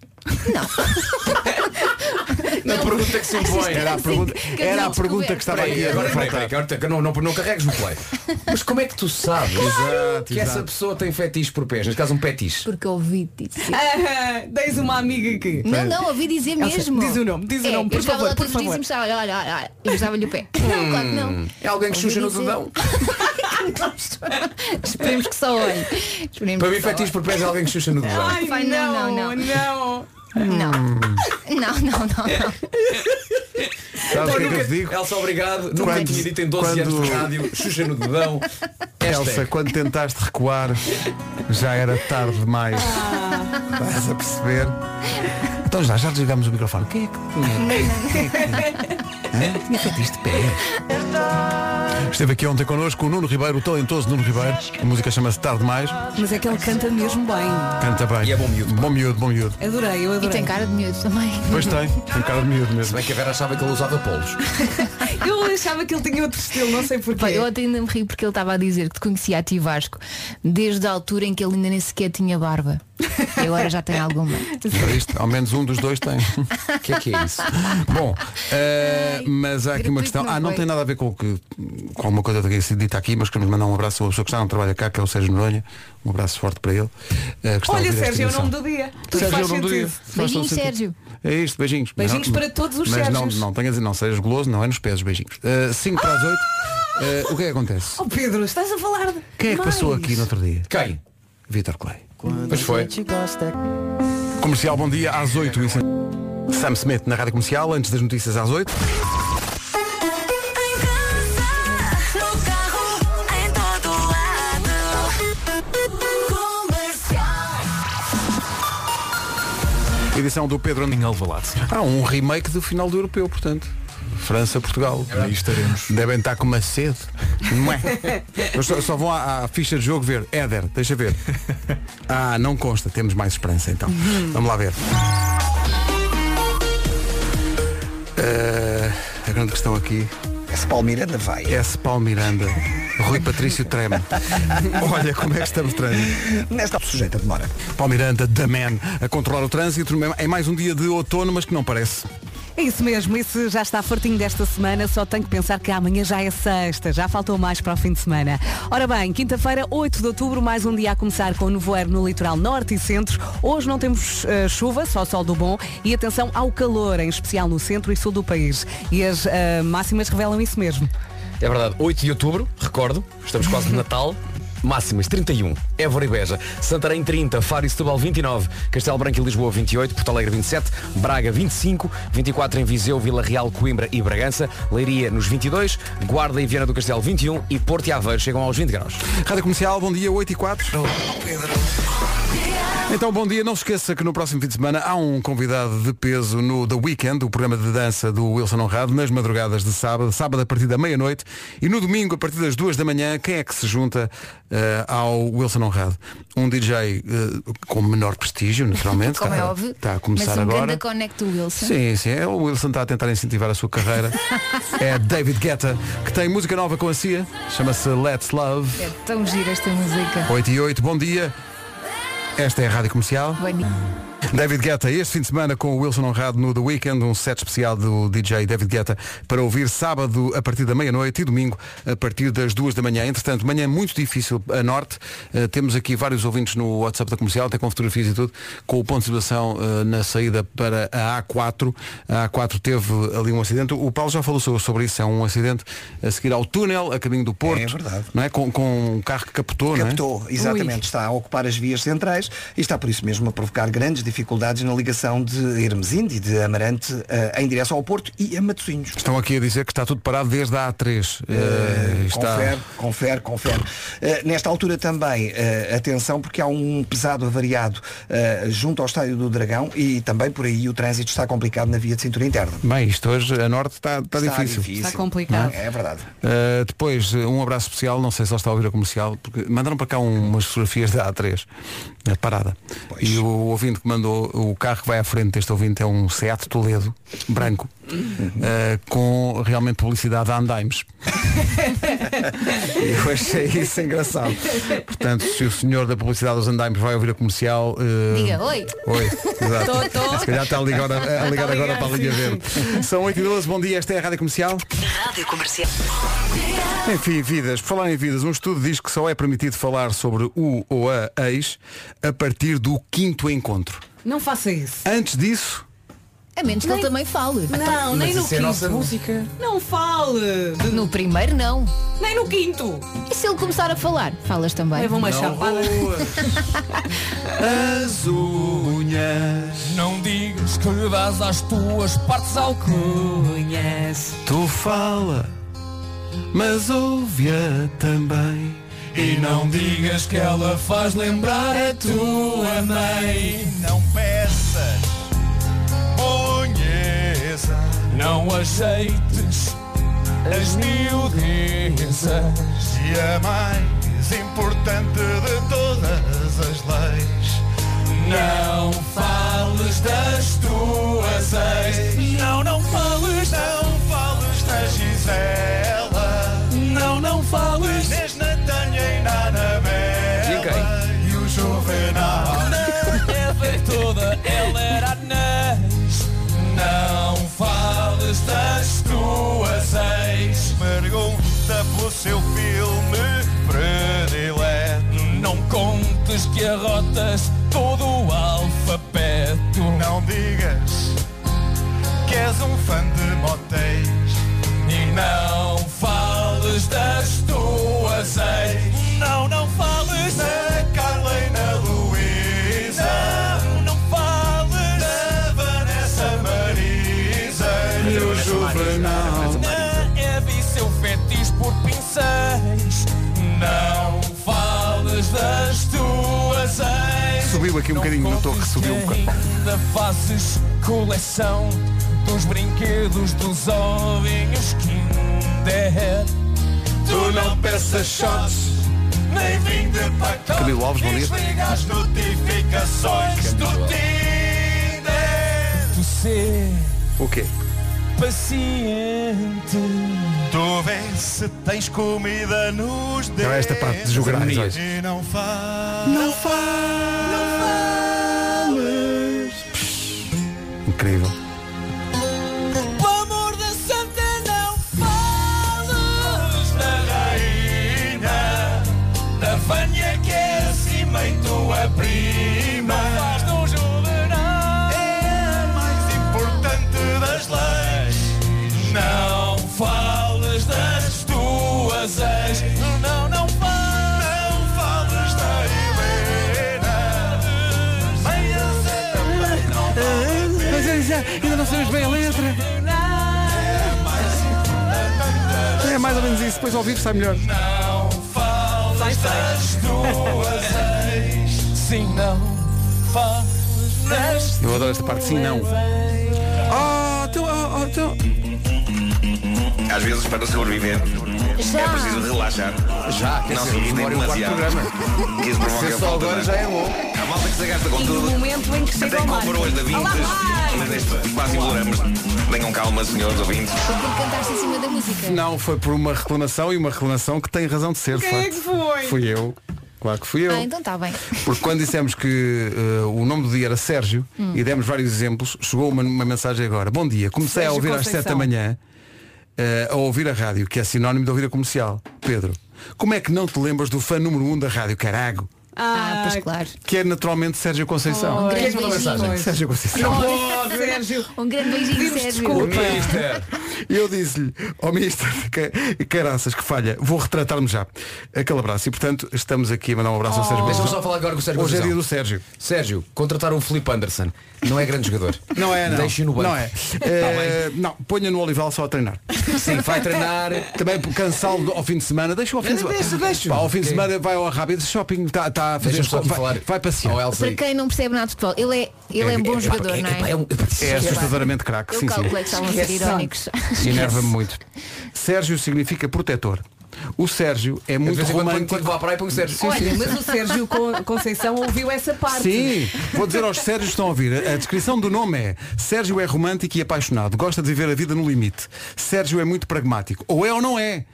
Na é pergunta que se impõe. Era a pergunta, que eu era a tinha pergunta que Espera estava descoberto. aqui aí, agora agora peraí, peraí, faltar. que agora te- não, não, não carregues no play. Mas como é que tu sabes Exato, que essa exato. pessoa tem fetiche por pés? Neste caso um petiche. Porque ouvi-te dizer. Ah, tens uma amiga que. Não, não, ouvi dizer Elsa, mesmo. diz o nome, diz o É, nome, por eu chegava favor, lá por todos os favor. dias e me Olha, olha, olha, eu gostava-lhe o pé. Não, claro que não. É alguém que Ouvi xuxa no dizer. dedão. Esperemos que só olhe. Esperemos Para que mim só fetiche por pés é alguém que xuxa no dedão. Ai, Vai, não, não, não, não, não. olhe. Não. Não, não, não, não. Sabes o que é que eu te digo? Elsa, obrigado. Nunca Quando- tinha dito em 12 quando- anos de rádio, Xuxa no dedão. Elsa, Elsa, quando tentaste recuar, já era tarde demais. Ah. Estás a perceber? Então já, já desligámos o microfone. Quem é que tinha? Hã? Tinha feito isto de pé. Esteve aqui ontem connosco o Nuno Ribeiro, o talentoso Nuno Ribeiro. A música chama-se Tarde Mais. Mas é que ele canta mesmo bem. Canta bem. E é bom miúdo, pá. Bom miúdo, bom miúdo. Adorei, eu E adorei. tem cara de miúdo também. Pois tem, tem cara de miúdo mesmo. bem que a Vera achava que ele usava polos. Eu achava que ele tinha outro estilo, não sei porquê. Pá, eu até ainda me ri porque ele estava a dizer que te conhecia a ti Vasco desde a altura em que ele ainda nem sequer tinha barba. E agora já tem alguma. É isto, ao menos um dos dois tem. O que é que é isso? Bom, eh, mas há aqui uma questão. gratuito não Ah, não foi. tem nada a ver com o que com alguma coisa que tenha sido dita aqui, mas queremos mandar um abraço a uma pessoa que está no trabalho cá, que é o Sérgio Noronha. Um abraço forte para ele. eh, que está a ouvir Olha, esta Sérgio, é o emissão. nome do dia. Tudo Sérgio é faz o nome do sentido. dia. Faz todo Beijinhos, sentido. Sérgio. É isto, beijinhos. Beijinhos Mas não- para todos os mas Sérgios. Não, não tenhas, não sejas goloso, não é nos pés, beijinhos. 5 para as 8. o que é que acontece? Oh Pedro, estás a falar de. Quem é que passou mais? aqui no outro dia? Quem? Vitor Clay. Pois foi. Comercial, bom dia, às 8 e... Sam Smith na Rádio Comercial, antes das notícias às 8. Edição do Pedro Em Alvalade. Há um remake do final do europeu, portanto. França, Portugal. Aí estaremos. Devem estar com uma sede. Não é? Eu só, só vão à, à ficha de jogo ver. Éder, deixa ver. Ah, não consta. Temos mais esperança então. Vamos lá ver. Eh, a grande questão aqui Esse Palmeira da vai. é se Paulo Miranda, Rui Patrício Treme. Olha como é que estamos de trânsito. eh, Nesta sujeita demora. Paulo Miranda, The Man, a controlar o trânsito em mais um dia de outono, mas que não parece. É isso mesmo, isso já está fartinho desta semana, só tenho que pensar que amanhã já é sexta, já faltou mais para o fim de semana. Ora bem, quinta-feira, 8 de outubro, mais um dia a começar com o nevoeiro no litoral norte e centro. Hoje não temos eh, chuva, só sol do bom e atenção ao calor, em especial no centro e sul do país. E as eh, máximas revelam isso mesmo. É verdade, 8 de outubro, recordo, estamos quase no Natal. Máximas 31, Évora e Beja, Santarém 30, Faro e Setúbal 29, Castelo Branco e Lisboa 28, Porto Alegre 27, Braga 25, 24 em Viseu, Vila Real, Coimbra e Bragança, Leiria nos 22, Guarda e Viana do Castelo 21 e Porto e Aveiro chegam aos 20 graus. Rádio Comercial, bom dia, 8 e 4. Então, bom dia. Não se esqueça que no próximo fim de semana há um convidado de peso no The Weekend, o programa de dança do Wilson Honrado, nas madrugadas de sábado, sábado a partir da meia-noite e no domingo a partir das duas da manhã, quem é que se junta eh, ao Wilson Honrado? Um DJ eh, com menor prestígio, naturalmente. Como está, é óbvio. Está a começar mas um agora. grande connect do Wilson. Sim, sim. É, o Wilson está a tentar incentivar a sua carreira. é David Guetta, que tem música nova com a Cia, chama-se Let's Love. É tão gira esta música. 8 e 8, bom dia. Esta é a Rádio Comercial. Bonito. David Guetta, este fim de semana com o Wilson Honrado no The Weekend, um set especial do DJ David Guetta para ouvir sábado a partir da meia-noite e domingo a partir das duas da manhã. Entretanto, manhã muito difícil a norte. Eh, temos aqui vários ouvintes no WhatsApp da comercial, até com fotografias e tudo, com o ponto de situação eh, na saída para a A4. A A4 teve ali um acidente. O Paulo já falou so- sobre isso, é um acidente a seguir ao túnel, a caminho do Porto. É verdade. Não é? Com, com um carro que capotou, não é? Captou, exatamente, está a ocupar as vias centrais e está por isso mesmo a provocar grandes dificuldades na ligação de Hermesinde e de Amarante eh, em direção ao Porto e a Matosinhos. Estão aqui a dizer que está tudo parado desde a A3. Eh, está... Confere, confere, confere. Eh, nesta altura também, eh, atenção, porque há um pesado avariado eh, junto ao Estádio do Dragão e também por aí o trânsito está complicado na via de cintura interna. Bem, isto hoje a norte está, está Tá difícil. Está complicado. É verdade. Uh, depois, uh, um abraço especial, não sei se ele está a ouvir a comercial, porque mandaram para cá um- umas fotografias da A3, na parada. E o ouvinte que mandou, o carro que vai à frente deste ouvinte é um Seat Toledo, branco, uh, com realmente publicidade a andaimes. E Eu achei isso engraçado. Portanto, se o senhor da publicidade dos andaimes vai ouvir a comercial. uh, Diga, oi. Oi, exato. Tô, tô. Se calhar está a ligar, a ligar Está a agora ligar, para a linha sim, verde. São 8 e 12, bom dia, esta é a Rádio Comercial. Rádio Comercial. Enfim, vidas. Por falar em vidas, um estudo diz que só é permitido falar sobre o ou a ex a partir do quinto encontro. Não faça isso. Antes disso, A menos que ele também fale. Não, nem no isso é a nossa quinto. música. Não fale. de- No primeiro não. Nem no quinto. E se ele começar a falar? Falas também. Levam uma chapada. as unhas Não digas que lhe dás às tuas partes alcunhas. tu fala, mas ouve-a também. E não digas que ela faz lembrar a tua mãe. Não peças, conheça. Não aceites as miudezas. E a é mais importante de todas as leis. Não fales das tuas ex. Não, não fales. Não fales da Gisela. Não, não fales. Nes Natanha e E na em Anabela. E o Juvenal. Ela é toda, ela era a Nes. Não fales das tuas ex. Pergunta pelo seu filme predileto. Não contes que arrotas todo o alfabeto. Não digas que és um fã de motéis. E não fales das tuas ex. Não, não fales da Carla e na Luísa. Não, não fales da Vanessa Marisa. E o Juvenal. Na Eve e seu fetiche por pincéis. Não fales das tuas ex. Subiu aqui um Não bocadinho, notou que contes subiu um bocado. Ainda fazes coleção dos brinquedos dos ovinhos é Kinder. Tu não peças shots, nem vim de pacote. Camilo Alves, bom dia. Desliga as notificações do Tinder. Tu ser O quê? paciente. Tu vês se tens comida nos dedos. Agora esta parte de julgar. E não faz. Não Incrível. Pelo amor da Santa, não fales da rainha, da Vânia que é acima e tua prima. Não faz do juvenal, é a mais importante das leis. Não fales das tuas ex. Não, não fales. Não fales da Helena. Mãe, eu sei também não fales. Mas é, ainda não sabemos bem a letra. É mais ou menos isso, depois ao vivo sai melhor. Não falas das tuas ex Sim, não falas das Eu adoro esta parte, Ah, sim, não. Oh, tu, oh, oh, tu. Às vezes, para sobreviver, é preciso relaxar. Já, não se irritem demasiado. Que isso provoca falta de ar. é bom. A malta que se gasta com E no tudo. momento em que Até chega ao mar. comprou hoje da Olá, Vintes, mas vai! neste quase imploramos. Tenham calma, senhores ouvintes. Foi porque cantaste em cima da música. Não, foi por uma reclamação e uma reclamação que tem razão de ser. de Quem é facto. que foi? Fui eu. Claro que fui eu. Ah, então está bem. Porque quando dissemos que eh, o nome do dia era Sérgio Hum. e demos vários exemplos, chegou uma, uma mensagem agora. Bom dia, comecei Sérgio a ouvir às Conceição. 7 da manhã, eh, a ouvir a rádio, que é sinónimo de ouvir a comercial. Pedro, como é que não te lembras do fã número 1 um da rádio, carago? Ah, pois claro. Que é naturalmente Sérgio Conceição. Um é grande mandou beijinho. Sérgio Conceição. Sérgio, Um grande beijinho, pedimos Sérgio. desculpa. Mister. E eu disse-lhe, ó ministro, ca- caraças, que falha, vou retratar-me já. Aquele abraço. E portanto, estamos aqui a mandar um abraço ao Sérgio Oh. Deixa-me Conceição. só falar agora com o Sérgio Hoje é Conceição. dia do Sérgio. Sérgio, contratar o Filipe Anderson. Não é grande jogador. Não é, não. Deixa no banco. Não é. Eh, não, ponha no Olival só a treinar. Sim, vai treinar. Também cansá-lo ao fim de semana. Deixa ao fim de semana. Deixa, deixa. Pá, ao fim de Ok. semana vai ao rápido shopping, está a fazer. Deixa-me só aqui vai, falar. vai passear. ao Elsa. Para quem não percebe nada de futebol, ele é, ele é, um bom jogador, não é? pá, um- É assustadoramente craque, Eu sim, sim. calculei que estavam a ser irónicos. Enerva-me muito. Sérgio significa protetor. O Sérgio é De muito vez em quando, quando, romântico. quando vou à praia, ponho o Sérgio. Olha, mas o Sérgio Con- Conceição ouviu essa parte. Sim, vou dizer aos Sérgios que estão a ouvir. A a descrição do nome é Sérgio é romântico e apaixonado, gosta de viver a vida no limite. Sérgio é muito pragmático. Ou é ou não é.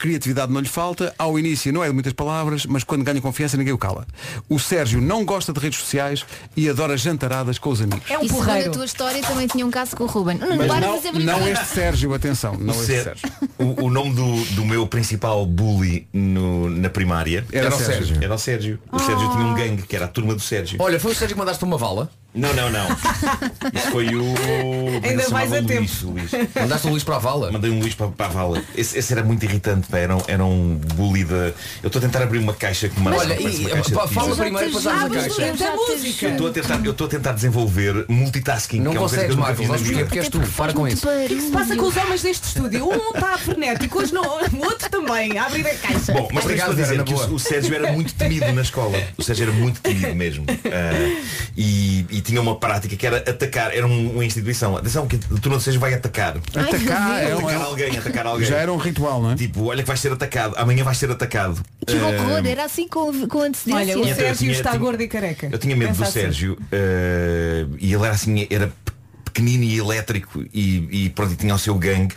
Criatividade não lhe falta, ao início não é de muitas palavras, mas quando ganha confiança ninguém o cala. O Sérgio não gosta de redes sociais e adora jantaradas com os amigos. É um e segundo a porreiro. tua história também tinha um caso com o Ruben. Não, Mas para de não, fazer não brincadeira. este Sérgio, atenção, não O, este Sé- Sérgio. o- o nome do, do meu principal bully no- na primária Era É o Sérgio. Era o Sérgio. O Sérgio Ah. tinha um gangue que era a turma do Sérgio. Olha, foi o Sérgio que mandaste para uma vala. Não, não, não. Isso foi o. como é que se vais chamava? a tempo. Luís, o Luís. Mandaste o Luís para a vala. Mandei um Luís para, para a vala. Esse, esse era muito irritante, pá. Era, um- era um bully da. Eu estou a tentar abrir uma caixa que me Olha, parece e, uma caixa pá, de fala pizzas. é primeiro e depois abres a Já te- caixa. já te- Eu estou a é tentar, eu estou a tentar desenvolver multitasking. Não um que é uma coisa que consegues, eu nunca Marcos. fiz na Sabes porquê? vida. Porque és Até tu. porque Para faz com muito isso. barulho. O que se passa com os homens deste estúdio? Um está frenético, hoje não, o outro também, a abrir a caixa. Bom, mas Obrigado, Obrigado, Vera, dizer na que boa. o, o Sérgio era muito temido na escola. O Sérgio era muito temido mesmo. Ah, e, e tinha uma prática que era atacar, era um- uma instituição. Atenção, que o turno do Sérgio vai atacar. Ai, meu Atacar, Deus. é um- Atacar alguém, atacar alguém. Já era um ritual, não é? Tipo, olha que vais ser atacado, amanhã vais ser atacado. Que horror, era assim com, com antecedência. Olha, o eu Sérgio tinha- está tinha- gordo e careca. Eu tinha medo do Pensa assim. Sérgio eh, e ele era assim, era pe- pequenino e elétrico e, e pronto, e tinha o seu gangue.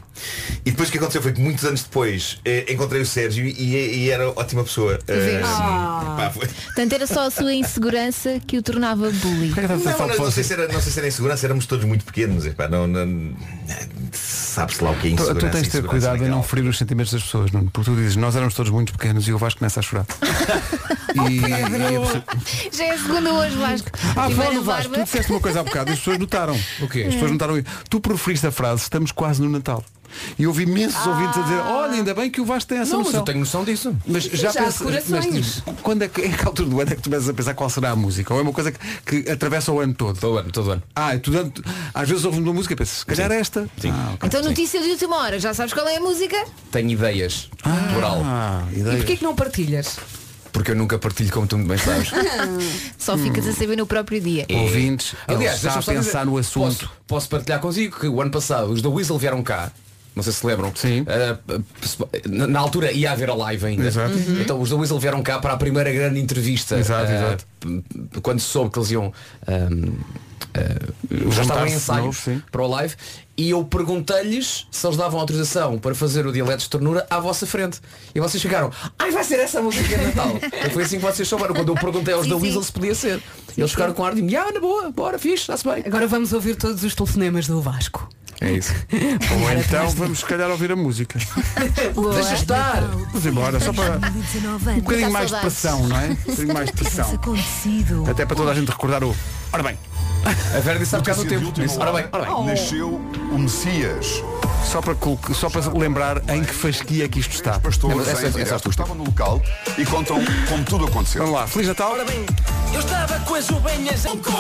E depois o que aconteceu foi que muitos anos depois eh, encontrei o Sérgio e, e era ótima pessoa. Eh, Vês? pá, foi- Portanto, era só a sua insegurança que o tornava bully. Por que é que estás a Não, falar não, para não o sei se era, não sei se era insegurança, éramos todos muito pequenos. epá, não, não- Sabe-se lá o que é Tu, insegurança. tu tens de ter insegurança cuidado em não naquela- ferir os sentimentos das pessoas, Nuno, porque tu dizes, nós éramos todos muito pequenos e o Vasco começa a chorar. e, e é preciso- Já é a segunda hoje, Vasco. Ah, Primeira fala no Vasco, tu barba. disseste uma coisa há bocado e as pessoas notaram. O quê? As pessoas notaram. Tu proferiste a frase, estamos quase no Natal. E houve imensos ouvintes a dizer, olha, ainda bem que o Vasco tem essa Não, mas noção. eu tenho noção disso. Mas já, Já há corações. mas, quando é que, em que altura do ano é que tu começas a pensar qual será a música? Ou é uma coisa que, que atravessa o ano todo? Todo ano, todo ano. Ah, e tu, dando- às vezes ouves uma música e pensas, se calhar é esta. Ah, ok. Então notícia de última hora, já sabes qual é a música? Tenho ideias. Plural. Ah, E ideia. porquê que não partilhas? Porque eu nunca partilho como tu muito bem sabes. Só ficas a saber no próprio dia. Ouvintes, É. Aliás, ele está a deixa-me só dizer- pensar no assunto. Posso, posso partilhar consigo que o ano passado os da Weasel vieram cá. Não sei se lembram. Sim. Ah, na na altura ia haver a live ainda. Exato. Então os da Weasel vieram cá para a primeira grande entrevista. Exato, Ah, exato. p- p- Quando se soube que eles iam. ah, ah, já estavam em Juntar-se de novo, ensaios sim. para o live e eu perguntei-lhes se eles davam autorização para fazer o dialeto de ternura à vossa frente. E vocês ficaram, ai vai ser essa música de Natal. Então foi assim que vocês souberam. Quando eu perguntei aos Sim, da sim. Weasel se podia ser. Eles ficaram com ar de, ah, na boa, bora, fixe, está-se bem. Agora vamos ouvir todos os telefonemas do Vasco. É isso. Ou então vamos se calhar ouvir a música. Boa. Deixa estar. Vamos embora, só para um bocadinho Dá mais de Tá saudades. pressão, não é? Um bocadinho mais de pressão. Até para toda a gente recordar o. Ora bem, A Vera disse há bocado do tempo. Disse, ora bem, ora bem. Nasceu o Messias. Oh. só para, colo- só para lembrar em que fasquia é que isto está. Pastores Essa- é essa- essa- estavam no local e contam como tudo aconteceu. Vamos lá, Feliz Natal. Eu estava com as ovelhas em com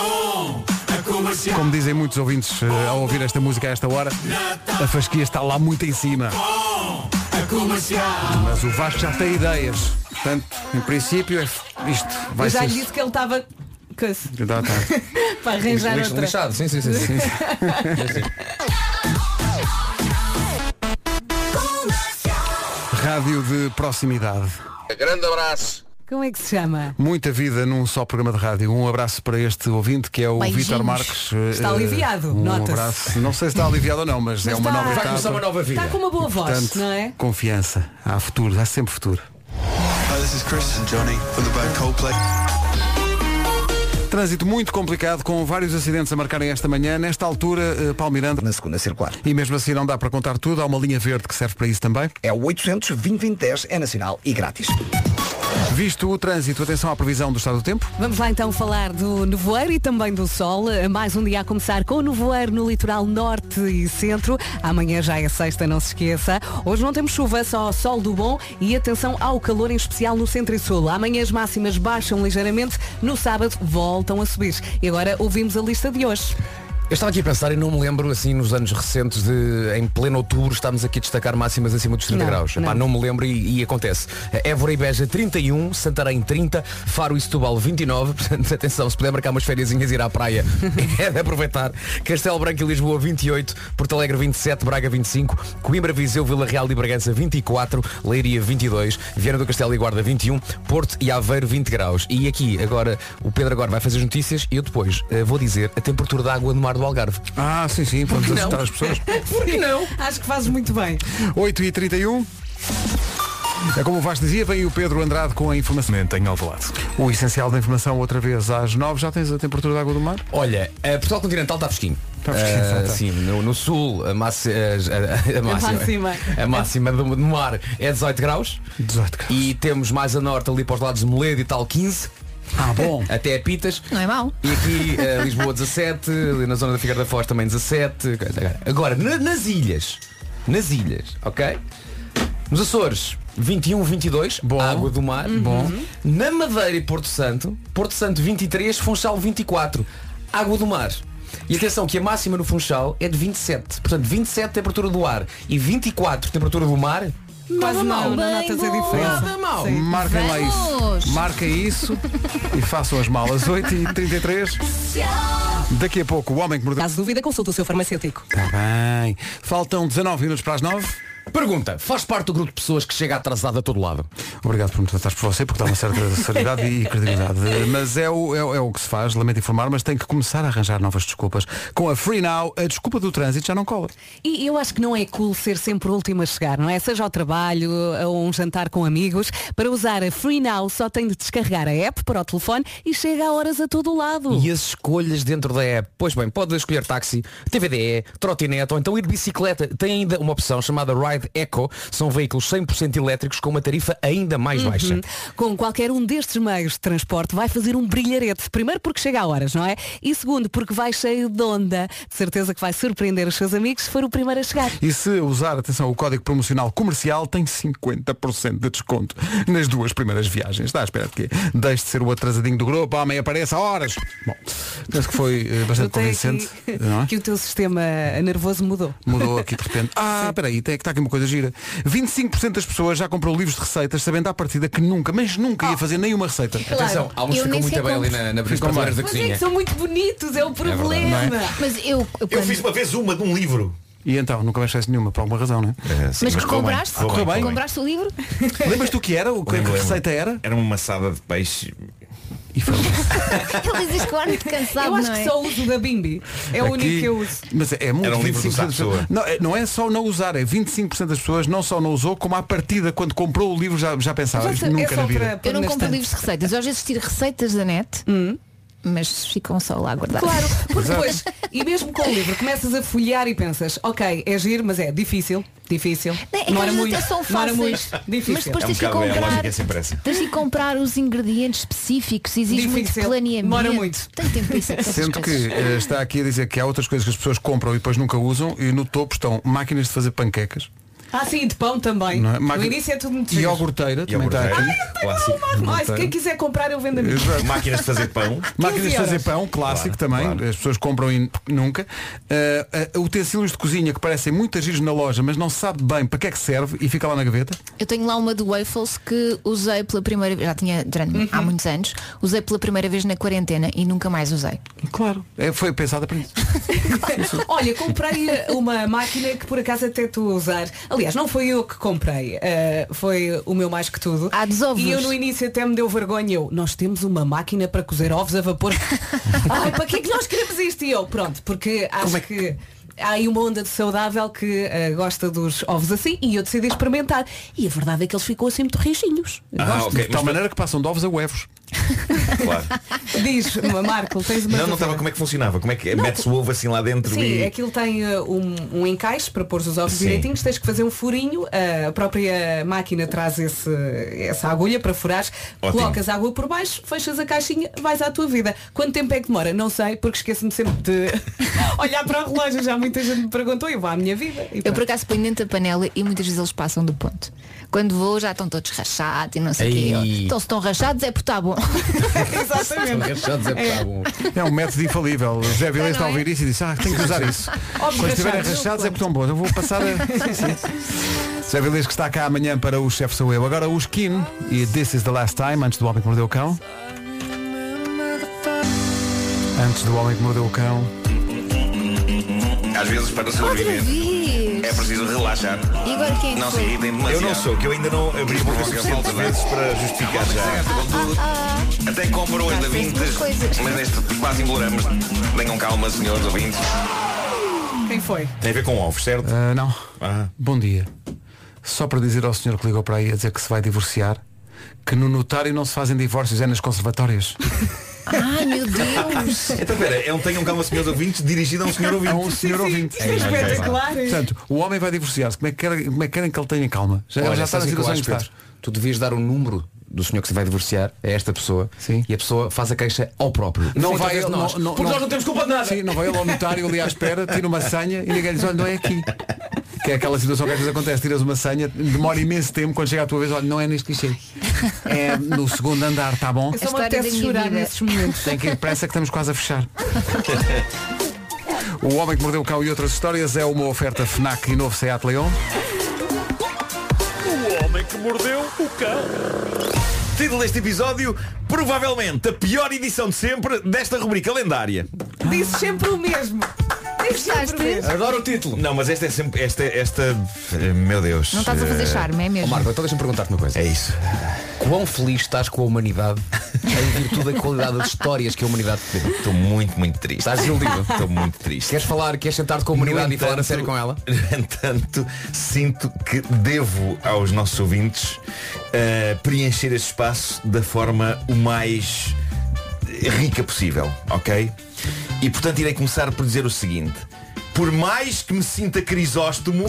a comercial. Como dizem muitos ouvintes eh, ao ouvir esta música a esta hora, a fasquia está lá muito em cima. A comercial. Mas o Vasco já tem ideias. Portanto, em princípio, é f- isto vai Eu já ser. lhe disse que ele estava coisa, Tá, tá. para arranjar Lixo- é outra. Lixado, sim, sim, sim. sim. Rádio de proximidade. Como é que se chama? Muita vida num só programa de rádio. Um abraço para este ouvinte que é o Beijinhos. Vítor Marques. Eh, Está eh, aliviado, um nota-se. abraço. Não sei se está aliviado ou não, mas, é uma está- nova Vai etapa. começar uma nova vida. Está com uma boa voz, Portanto, não é? confiança. Há futuro, há sempre futuro. Hi, this is Chris and Johnny from the band Coldplay. Trânsito muito complicado, com vários acidentes a marcarem esta manhã. Nesta altura, eh, Paulo Miranda. Na segunda circular. E mesmo assim não dá para contar tudo. Há uma linha verde que serve para isso também. É o 800 2010 é nacional e grátis. Visto o trânsito, atenção à previsão do estado do tempo. Vamos lá então falar do nevoeiro e também do sol. Mais um dia a começar com o nevoeiro no litoral norte e centro. Amanhã já é sexta, não se esqueça. Hoje não temos chuva, só sol do bom e atenção ao calor em especial no centro e sul. Amanhã as máximas baixam ligeiramente, no sábado voltam a subir. E agora ouvimos a lista de hoje. Eu estava aqui a pensar e não me lembro, assim, nos anos recentes, de em pleno outubro estamos aqui a destacar máximas acima dos 30 Não, graus. Epá, não. não me lembro e, e acontece. Évora e Beja 31, Santarém 30, Faro e Setúbal 29. Portanto, atenção, se puder marcar umas férias e ir à praia, é de aproveitar. Castelo Branco e Lisboa 28, Porto Alegre 27, Braga 25, Coimbra, Viseu, Vila Real e Bragança 24, Leiria 22, Viana do Castelo e Guarda 21, Porto e Aveiro 20 graus. E aqui, agora, o Pedro agora vai fazer as notícias e eu depois eh, vou dizer a temperatura da água no mar do Algarve. Ah, sim, sim, vamos que não? assustar as pessoas. Por que não? Acho que fazes muito bem. 8 e 31 é como o Vasco dizia, vem o Pedro Andrade com a informação. Mente em Alvalade. O essencial da informação outra vez às 9. Já tens a temperatura da água do mar? Olha, a Portugal Continental está fresquinho. Está Tá fresquinho, Ah, está. Sim, no, no sul, a, massi- a- a- a máxima, máxima. a máxima do, do mar é 18 graus. 18 graus. E temos mais a norte, ali para os lados de Moledo e tal, 15. Ah, bom. Até a Pitas. Não é mau. E aqui eh, Lisboa 17, ali na zona da Figueira da Foz também 17. Agora, na- nas ilhas. Nas ilhas, ok? Nos Açores, 21, 22, água do mar. Bom. Na Madeira e Porto Santo, Porto Santo 23, Funchal 24, água do mar. E atenção que a máxima no Funchal é de 27. Portanto, 27 temperatura do ar e 24 temperatura do mar. Quase Quase mal. não, não notas a diferença. Nada mal. Marquem lá Vamos! isso. Marquem isso e façam as malas. 8 e 33 Daqui a pouco o homem que mordeu. Caso dúvida, consulta o seu farmacêutico. Está bem. Faltam 19 minutos para as 9. Pergunta, faz parte do grupo de pessoas que chega atrasado a todo lado? Obrigado por me tratares por você, porque dá uma certa seriedade e credibilidade. Mas é o, é, o- é o que se faz, lamento informar, mas tem que começar a arranjar novas desculpas. Com a Free Now, a desculpa do trânsito já não cola. E eu acho que não é cool ser sempre o último a chegar, não é? Seja ao trabalho ou um jantar com amigos. Para usar a Free Now só tem de descarregar a app para o telefone e chega a horas a todo Hum. lado. E as escolhas dentro da app? Pois bem, pode escolher táxi, TVDE, trotinete ou então ir de bicicleta. Tem ainda uma opção chamada Ride Eco. São veículos 100% elétricos com uma tarifa ainda Uhum. mais baixa. Com qualquer um destes meios de transporte vai fazer um brilharete. Primeiro porque chega a horas, não é? E segundo porque vai cheio de onda. De certeza que vai surpreender os seus amigos se for o primeiro a chegar. E se usar, atenção, o código promocional comercial tem 50% de desconto nas duas primeiras viagens. Está à espera de quê? Deixe de ser o atrasadinho do grupo, homem, apareça a horas. Bom, penso que foi eh, bastante Notei convincente, aqui não é? que o teu sistema nervoso mudou. Mudou aqui de repente. Ah, espera aí, tem que estar aqui uma coisa gira. 25% das pessoas já comprou livros de receitas sabendo à partida que nunca, mas nunca Ah. ia fazer nenhuma receita. Atenção, há uns que eu ficam nem muito sequer bem ali compro. Ah, na, na nas Ficam prateleiras da bem. Mas é que cozinha. são muito bonitos, é o problema. Mas eu, Eu quando- fiz uma vez uma de um livro. E então, nunca mais fizeste nenhuma, por alguma razão, não é? Eh, Mas que compraste? Correu bem. Compraste o livro? Lembras tu o que era? O que, que Lembro, receita era? Era uma assada de peixe. E foi um Ele diz que o ar muito cansado, Eu acho não é? que só uso da Bimbi. É o único que eu uso. Mas é, é muito Era um livro de 25% usar das à pessoas. toa. Não, é- não é só não usar, é 25% das pessoas não só não usou, como à partida, quando comprou o livro, já, já pensava. Mas Ah, isto é nunca só na vida. para pôr Eu não na compro estante. livros de receitas. Eu às vezes tiro receitas da net, mas ficam só lá guardadas. Hum. Claro, porque Exato. depois, e mesmo com o livro, começas a folhear e pensas, ok, é giro, mas é difícil, difícil. Não, é que Não às era vezes muito, até são não era fáceis, muito, difícil. mas depois É um tens que bocado, é, a comprar lógica é sempre essa. Tens que comprar os ingredientes específicos, exige Difícil. muito planeamento. Demora muito. Tem tempo isso para essas Sendo que coisas. eh, está aqui a dizer que há outras coisas que as pessoas compram e depois nunca usam e no topo estão máquinas de fazer panquecas. Ah, sim, de pão também. Não é? No Máquina- início é tudo muito E giro. iogurteira também está iogurteira. aqui. Clássico. Mas quem quiser comprar eu vendo a mim. Exato. Máquinas de fazer pão. Máquinas de 15 fazer horas. pão, Claro, clássico também, claro. as pessoas compram e nunca. Eh, eh, utensílios de cozinha que parecem muito giros na loja, mas não se sabe bem para que é que serve e fica lá na gaveta. Eu tenho lá uma do Waffles que usei pela primeira vez, já tinha durante Uhum. há muitos anos, usei pela primeira vez na quarentena e nunca mais usei. Claro. É, foi pensada para isso. Olha, comprei uma máquina que por acaso até tu usar. Aliás, não foi eu que comprei, eh, foi o meu mais que tudo. Ah, dos ovos. E eu no início até me deu vergonha. Eu, nós temos uma máquina para cozer ovos a vapor. Ai, para que é que nós queremos isto? E eu, pronto, porque acho é que... Há aí uma onda de saudável que eh, gosta dos ovos assim e eu decidi experimentar. E a verdade é que eles ficam assim muito rijinhos. Ah, ok. De tal maneira que passam de ovos a huevos. Claro. Diz, Marco, tens uma Não, não estava dúvida. como é que funcionava. Como é que mete-se o ovo assim lá dentro Sim, e. aquilo tem uh, um, um encaixe para pôr os ovos Sim. direitinhos, tens que fazer um furinho, uh, a própria máquina traz esse, essa agulha para furares, Ótimo. colocas a água por baixo, fechas a caixinha, vais à tua vida. Quanto tempo é que demora? Não sei, porque esqueço-me sempre de olhar para o relógio, já muita gente me perguntou, eu vou à minha vida. E Eu pronto. por acaso ponho dentro da panela e muitas vezes eles passam do ponto. Quando vou já estão todos rachados e não sei o quê. Ei. Então se estão rachados é porque está bom. Exatamente. Rachados é que tá bom. É um método infalível. José Vilhena Não, está a não é? ouvir isso e disse, ah, tenho que usar isso. Ovos Quando estiverem rachados, rachados eu é porque estão bons. Eu vou passar a. Sim, sim. José Vilhena que está cá amanhã para o Chefe Sou Eu. Agora o Skin e This is the Last Time, antes do Homem que Mordeu o Cão. Antes do Homem que Mordeu o Cão. Às vezes para sobreviver vez. é preciso relaxar. E agora quem é que Não se foi? irritem demasiado. Eu não sou, que eu ainda não abri por suficientes vezes para justificar já. Até compro hoje da Ah, fez Vintes, duas coisas. mas neste quase embolamos. Tenham calma, senhores ouvintes. Quem foi? Tem a ver com ovos, certo? Ah, não. Ah. Bom dia. Só para dizer ao senhor que ligou para aí a dizer que se vai divorciar, que no notário não se fazem divórcios, é nas conservatórias. Ai meu Deus. Então espera, é um Tenham Calma, Senhores Ouvintes dirigido a um senhor É ouvinte. um senhor ouvinte. Isto é espetacular. Portanto, o homem vai divorciar-se. Como, é que querem- como é que querem que ele tenha calma? Já, Olha, é já está na sabes o que eu situação em acho, que está. Pedro? Tu devias dar o número do senhor que se vai divorciar a esta pessoa Sim. e a pessoa faz a queixa ao próprio. Não Sim, vai através de ele, nós. não- não- Porque não- nós não temos culpa de nada. Sim, não vai ele ao notário ali à espera, tira uma sanha e ninguém diz, olha, não é aqui. Que é aquela situação que às vezes acontece, tiras uma sanha, demora imenso tempo, quando chega à tua vez, olha, não é neste clichê. É no segundo andar, tá bom? Eu só A me história da apetece minha chorar vida. nesses momentos. Tem que ir depressa que estamos quase a fechar. O Homem que Mordeu o Cão e outras histórias é uma oferta FNAC e novo Seat Leon. Título deste episódio, provavelmente a pior edição de sempre desta rubrica lendária. Disse sempre o mesmo. Disse sempre o Gostaste? mesmo. Adoro o título. Não, mas esta é sempre. Esta. esta eh, meu Deus. Não estás a fazer eh, charme, é Ó, mesmo? Marco, então deixa-me perguntar-te uma coisa. É isso. Quão feliz estás com a humanidade em virtude da qualidade das histórias que a humanidade te deu? Estou muito, muito triste. Estás desiludido? Estou muito triste. Queres falar, queres sentar-te com a humanidade No e falar a entanto- sério com ela? No entanto, sinto que devo aos nossos ouvintes eh, preencher este espaço da forma o mais rica possível, ok? E portanto irei começar por dizer o seguinte. Por mais que me sinta crisóstomo,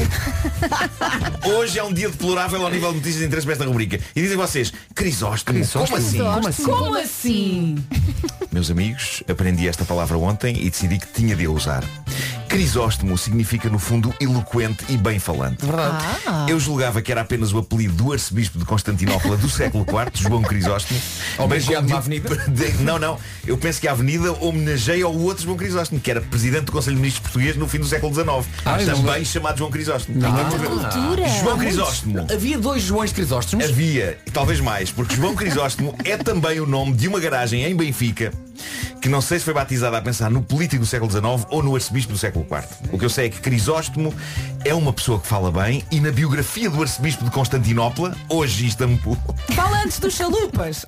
hoje é um dia deplorável ao nível de notícias de interesse para esta rubrica. E dizem vocês, crisóstomo? Como assim? Como assim? Como assim? Meus amigos, aprendi esta palavra ontem e decidi que tinha de a usar. Crisóstomo significa, no fundo, eloquente e bem-falante. Verdade. Eu julgava que era apenas o apelido do arcebispo de Constantinopla do século IV, João Crisóstomo. Homenageado bem na como de- de- Não, não. Eu penso que a Avenida homenageia ao outro João Crisóstomo, que era presidente do Conselho de Ministros Português no fim do século XIX. também chamado João Crisóstomo. Ninguém me vê. Cultura. João Crisóstomo. Havia dois Joões Crisóstomos. Havia, e talvez mais, porque João Crisóstomo é também o nome de uma garagem em Benfica que não sei se foi batizada a pensar no político do século XIX ou no arcebispo do século IV. O que eu sei é que Crisóstomo é uma pessoa que fala bem e na biografia do arcebispo de Constantinopla, hoje Istambul, Fala antes dos chalupas.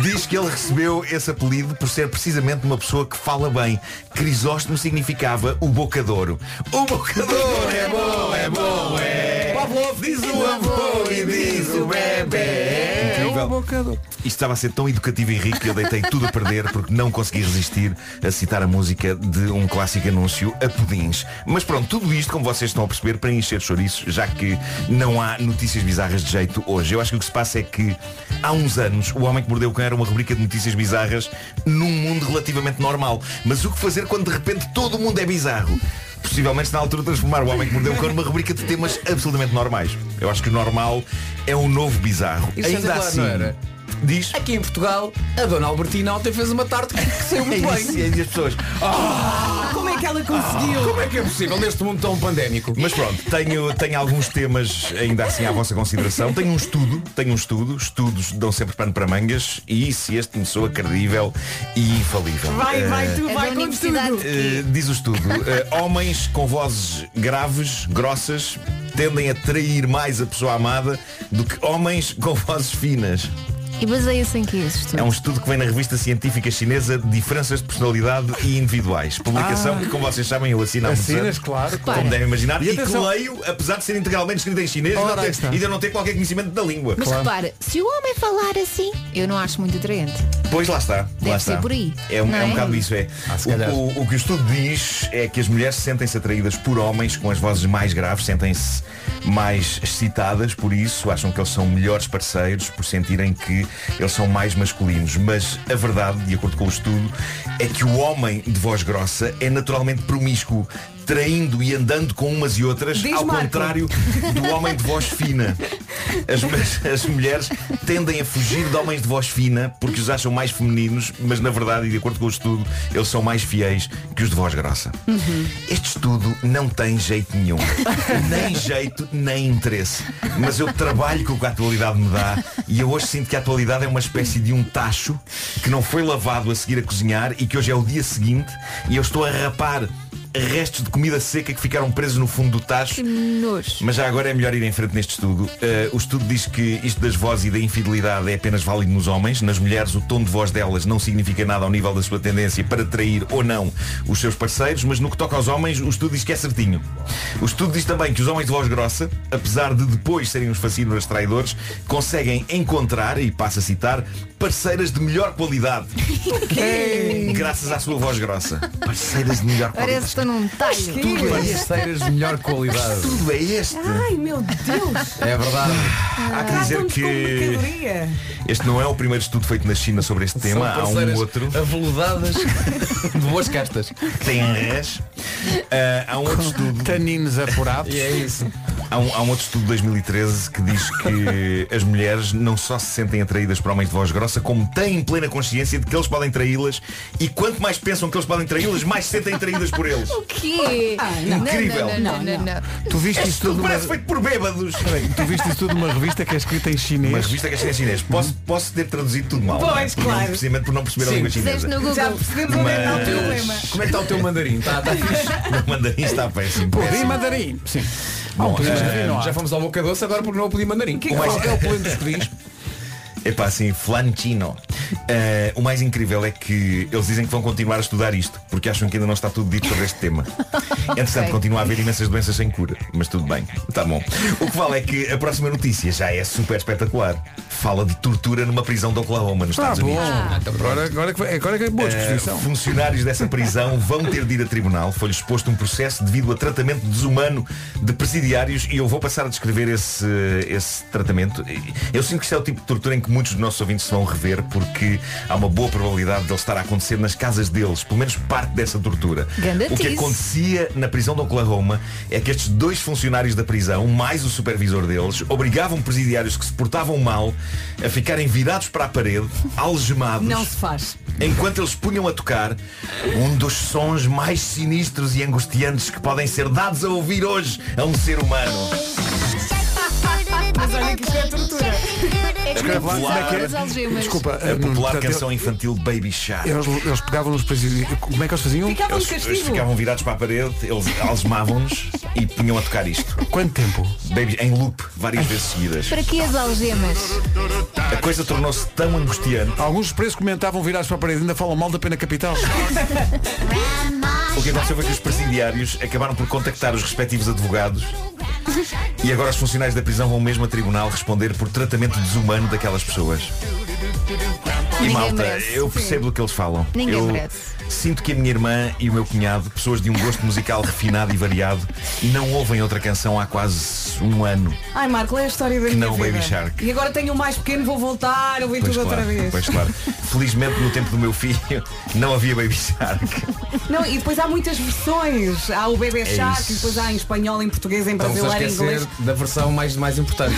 diz que ele recebeu esse apelido por ser precisamente uma pessoa que fala bem. Crisóstomo significava o bocadouro. O bocadouro é bom, é bom, é. Pavlov diz o avô e diz o bebê. É um Incrível. Isto estava a ser tão educativo e rico que eu deitei tudo a perder porque não consegui resistir a citar a música de um clássico anúncio a pudins. Mas pronto, tudo isto, como vocês estão a perceber, para encher chouriços, já que não há notícias bizarras de jeito hoje. Eu acho que o que se passa é que há uns anos o Homem que Mordeu o Cão era uma rubrica de notícias bizarras num mundo relativamente normal. Mas o que fazer quando de repente todo o mundo é bizarro? Possivelmente na altura de transformar o Homem que Mordeu o Cão numa rubrica de temas absolutamente normais. Eu acho que o normal é um novo bizarro. Isso Ainda é claro, assim, não era? diz Aqui em Portugal, a Dona Albertina ontem fez uma tarde que saiu muito É bem. isso, é isso, as pessoas. Como é que ela conseguiu? Como é que é possível neste mundo tão pandémico? Mas pronto, tenho, tenho alguns temas ainda assim à vossa consideração. Tenho um estudo, tenho um estudo, estudos dão sempre pano para mangas e se este me soa credível e infalível. Vai, vai tu, É vai da com universidade. tudo. Eh, diz o estudo, eh, homens com vozes graves, grossas, tendem a trair mais a pessoa amada do que homens com vozes finas. E baseia-se em que isso? É um estudo que vem na revista científica chinesa Diferenças de Personalidade e Individuais. Publicação que, como vocês sabem, eu assino há muitos Ah. Assinas, anos. claro. Para. Como devem imaginar. E E, atenção- que leio, apesar de ser integralmente escrito em chinês, Ora, ainda não aí ter- está. ainda não ter qualquer conhecimento da língua. Mas repara, se o homem falar assim, eu não acho muito atraente. Pois lá está. Deve lá ser está. por aí, É um, não é um é? bocado isso, é. Ah, O- o, o que o estudo diz é que as mulheres sentem-se atraídas por homens com as vozes mais graves, sentem-se mais excitadas por isso, acham que eles são melhores parceiros por sentirem que eles são mais masculinos. Mas a verdade, de acordo com o estudo, é que o homem de voz grossa é naturalmente promíscuo, traindo e andando com umas e outras, Diz ao Marco. contrário do homem de voz fina. As, mu- as mulheres tendem a fugir de homens de voz fina porque os acham mais femininos, mas na verdade, e de acordo com o estudo, eles são mais fiéis que os de voz grossa. Este estudo não tem jeito nenhum. nem jeito, nem interesse. Mas eu trabalho com o que a atualidade me dá e eu hoje sinto que a atualidade é uma espécie de um tacho que não foi lavado a seguir a cozinhar e que hoje é o dia seguinte e eu estou a rapar restos de comida seca que ficaram presos no fundo do tacho Nojo. mas já agora é melhor ir em frente neste estudo. Eh, o estudo diz que isto das vozes e da infidelidade é apenas válido nos homens. Nas mulheres, o tom de voz delas não significa nada ao nível da sua tendência para trair ou não os seus parceiros, mas no que toca aos homens, o estudo diz que é certinho. O estudo diz também que os homens de voz grossa, apesar de depois serem os fascínoras traidores, conseguem encontrar, e passo a citar, parceiras de melhor qualidade. Graças à sua voz grossa. Parceiras de melhor Parece que qualidade. estou num talho. Tudo é esteiras de melhor qualidade. Tudo é este. Ai meu Deus! É verdade. Há que dizer Tratam-nos como que. mercadoria! Este não é o primeiro estudo feito na China sobre este tema, há um parceiras outro. Aveludadas de boas castas. Tem res. Ah, há um outro estudo. Taninos apurados. E é isso. Há um, há um outro estudo de 2013 que diz que as mulheres não só se sentem atraídas por homens de voz grossa, como têm plena consciência de que eles podem traí-las e quanto mais pensam que eles podem traí-las, mais se sentem atraídas por eles. O quê? não. Incrível. Ah, Não, não, não, não, não. Tu é viste Este isso tudo estudo numa- parece feito por bêbados. Tu viste isso tudo numa revista que é escrita em Uma chinês. revista que é em chinês. Posso, posso ter traduzido tudo mal. Pois, não é? Por não- claro. Precisamente por não perceber a língua Fizeste chinesa. no Google. Já percebemos onde é que está o Mas- problema. Como é que está o teu mandarim? tá. Está, está fixe. O mandarim está péssimo. Pudim péssimo. mandarim. Sim. Bom, podemos ah, ver, não há. Já fomos ao boca doce, agora porque não o pedi mandarim. O mais- Qual é o plano dos pedis? É pá, assim, flanchino. Eh, o mais incrível é que eles dizem que vão continuar a estudar isto, porque acham que ainda não está tudo dito sobre este tema. Entretanto, Ok. continua a haver imensas doenças sem cura, mas tudo bem, está bom. O que vale é que a próxima notícia já é super espetacular. Fala de tortura numa prisão de Oklahoma, nos Está Estados Tá bom. Unidos. Agora, agora, que- agora que é boa Eh, disposição. funcionários dessa prisão vão ter de ir a tribunal. Foi-lhes exposto um processo devido a tratamento desumano de presidiários e eu vou passar a descrever esse, esse tratamento. Eu sinto que isto é o tipo de tortura em que muitos dos nossos ouvintes se vão rever porque há uma boa probabilidade de ele estar a acontecer nas casas deles, pelo menos parte dessa tortura. Ganda o que tease. aconte- acontecia na prisão de Oklahoma é que estes dois funcionários da prisão, mais o supervisor deles, obrigavam presidiários que se portavam mal a ficarem virados para a parede, algemados. Não se faz. Enquanto eles punham a tocar um dos sons mais sinistros e angustiantes que podem ser dados a ouvir hoje a um ser humano. Mas olha que isto é tortura. Escreve lá, como é que é? As algemas. Desculpa. A eh, Nuno, popular portanto, canção infantil Baby Shark. Eles, eles pegavam nos presidiários. Como é que eles faziam? Ficava um Eles, eles castigo. ficavam virados para a parede, eles algemavam-nos e punham a tocar isto. Quanto tempo? Baby, em loop, várias vezes seguidas. Para que as algemas? A coisa tornou-se tão angustiante Alguns presos comentavam virados para a parede, ainda falam mal da pena capital. O que aconteceu foi que os presidiários acabaram por contactar os respectivos advogados e agora os funcionários da prisão vão mesmo a tribunal responder por tratamento desumano daquelas pessoas. E Ninguém malta, merece. eu percebo do que eles falam. Ninguém eu merece. sinto que a minha irmã e o meu cunhado, pessoas de um gosto musical refinado e variado, não ouvem outra canção há quase um ano. Ai Marco, é a história da Que minha não, vida. Baby Shark. E agora tenho o mais pequeno, vou voltar, ouvi tudo outra vez. pois claro. Felizmente no tempo do meu filho não havia Baby Shark. Não, e depois há muitas versões. Há o Baby Shark, É isso. e depois há em espanhol, em português, em Estamos a brasileiro, em esquecer inglês. da versão mais, mais importante.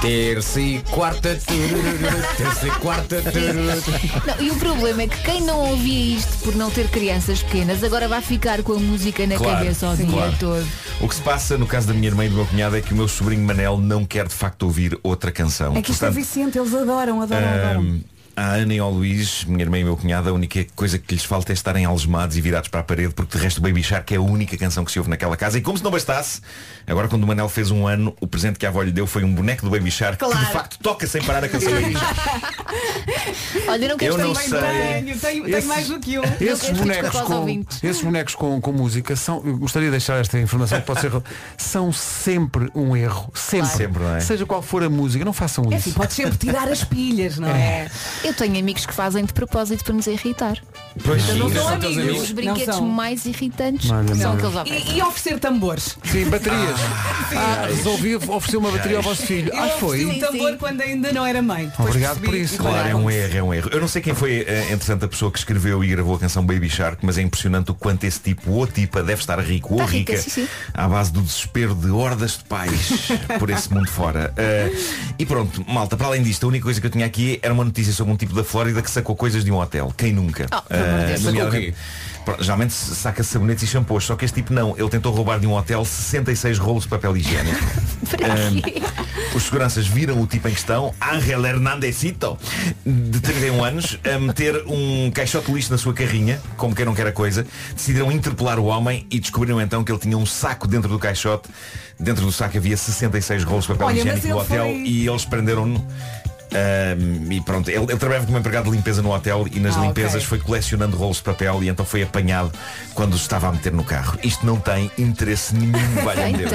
Terça e quarta tururu, Terça e quarta tururu. Não, e o problema é que quem não ouvia isto por não ter crianças pequenas, agora vai ficar com a música É na Claro, cabeça o dia claro. todo. O que se passa no caso da minha irmã e do meu cunhado é que o meu sobrinho Manel não quer de facto ouvir outra canção. É que isto é Portanto, ehm, Vicente, eles adoram, adoram, adoram. ahm, à Ana e ao Luís, minha irmã e meu cunhado, a única coisa que lhes falta é estarem algemados e virados para a parede, porque de resto o Baby Shark é a única canção que se ouve naquela casa. E como se não bastasse, agora quando o Manel fez um ano, o presente que a avó lhe deu foi um boneco do Baby Shark, que de facto toca sem parar a canção Baby Shark. Olha, eu não quero Eu estar não bem sei. Tenho, tenho, tenho Esse- mais do que um. Esses quero discutir bonecos, com os com, ouvintes. esses bonecos com, com música são, eu gostaria de deixar esta informação que pode ser são sempre um erro. Sempre. Sempre, não é? Seja qual for a música, não façam É isso. assim, pode sempre tirar as pilhas, não é? Eu tenho amigos que fazem de propósito para nos irritar. Pois Não são sim. amigos. Os Não brinquedos são. mais irritantes Maravilha. são aqueles homens. E, e oferecer tambores. Sim, baterias. Ah, resolvi oferecer uma bateria ao vosso filho. Eu Ah, ofereci um foi. tambor quando ainda não era mãe. Depois Obrigado percebi por isso. e Claro, é um erro, guardaram-se. é um erro. Eu não sei quem foi, eh, entretanto, a pessoa que escreveu e gravou a canção Baby Shark, mas é impressionante o quanto esse tipo ou tipa deve estar rico ou Está rica, rica, sim, sim. à base do desespero de hordas de pais por esse mundo fora. Eh, e pronto, malta, para além disto, a única coisa que eu tinha aqui era uma notícia sobre um tipo da Flórida que sacou coisas de um hotel. Quem nunca? Eh, Ah, pelo amor de Deus. nomeadamente- Sacou o quê? Pro- Geralmente se saca sabonetes e shampoos, só que este tipo não. Ele tentou roubar de um hotel 66 rolos de papel higiênico. ah, Os seguranças viram o tipo em questão, Ángel Hernandezito, de 31 anos, a meter um caixote de lixo na sua carrinha, como quem não quer a coisa. Decidiram interpelar o homem e descobriram então que ele tinha um saco dentro do caixote. Dentro do saco havia 66 rolos de papel Olha, mas higiênico do ele hotel foi- e eles prenderam-no. Ahm, e pronto, ele, ele trabalhava como empregado de limpeza no hotel e nas Ah, limpezas ok. foi colecionando rolos de papel e então foi apanhado quando se estava a meter no carro. Isto não tem interesse nenhum, valha-me Tem, Deus.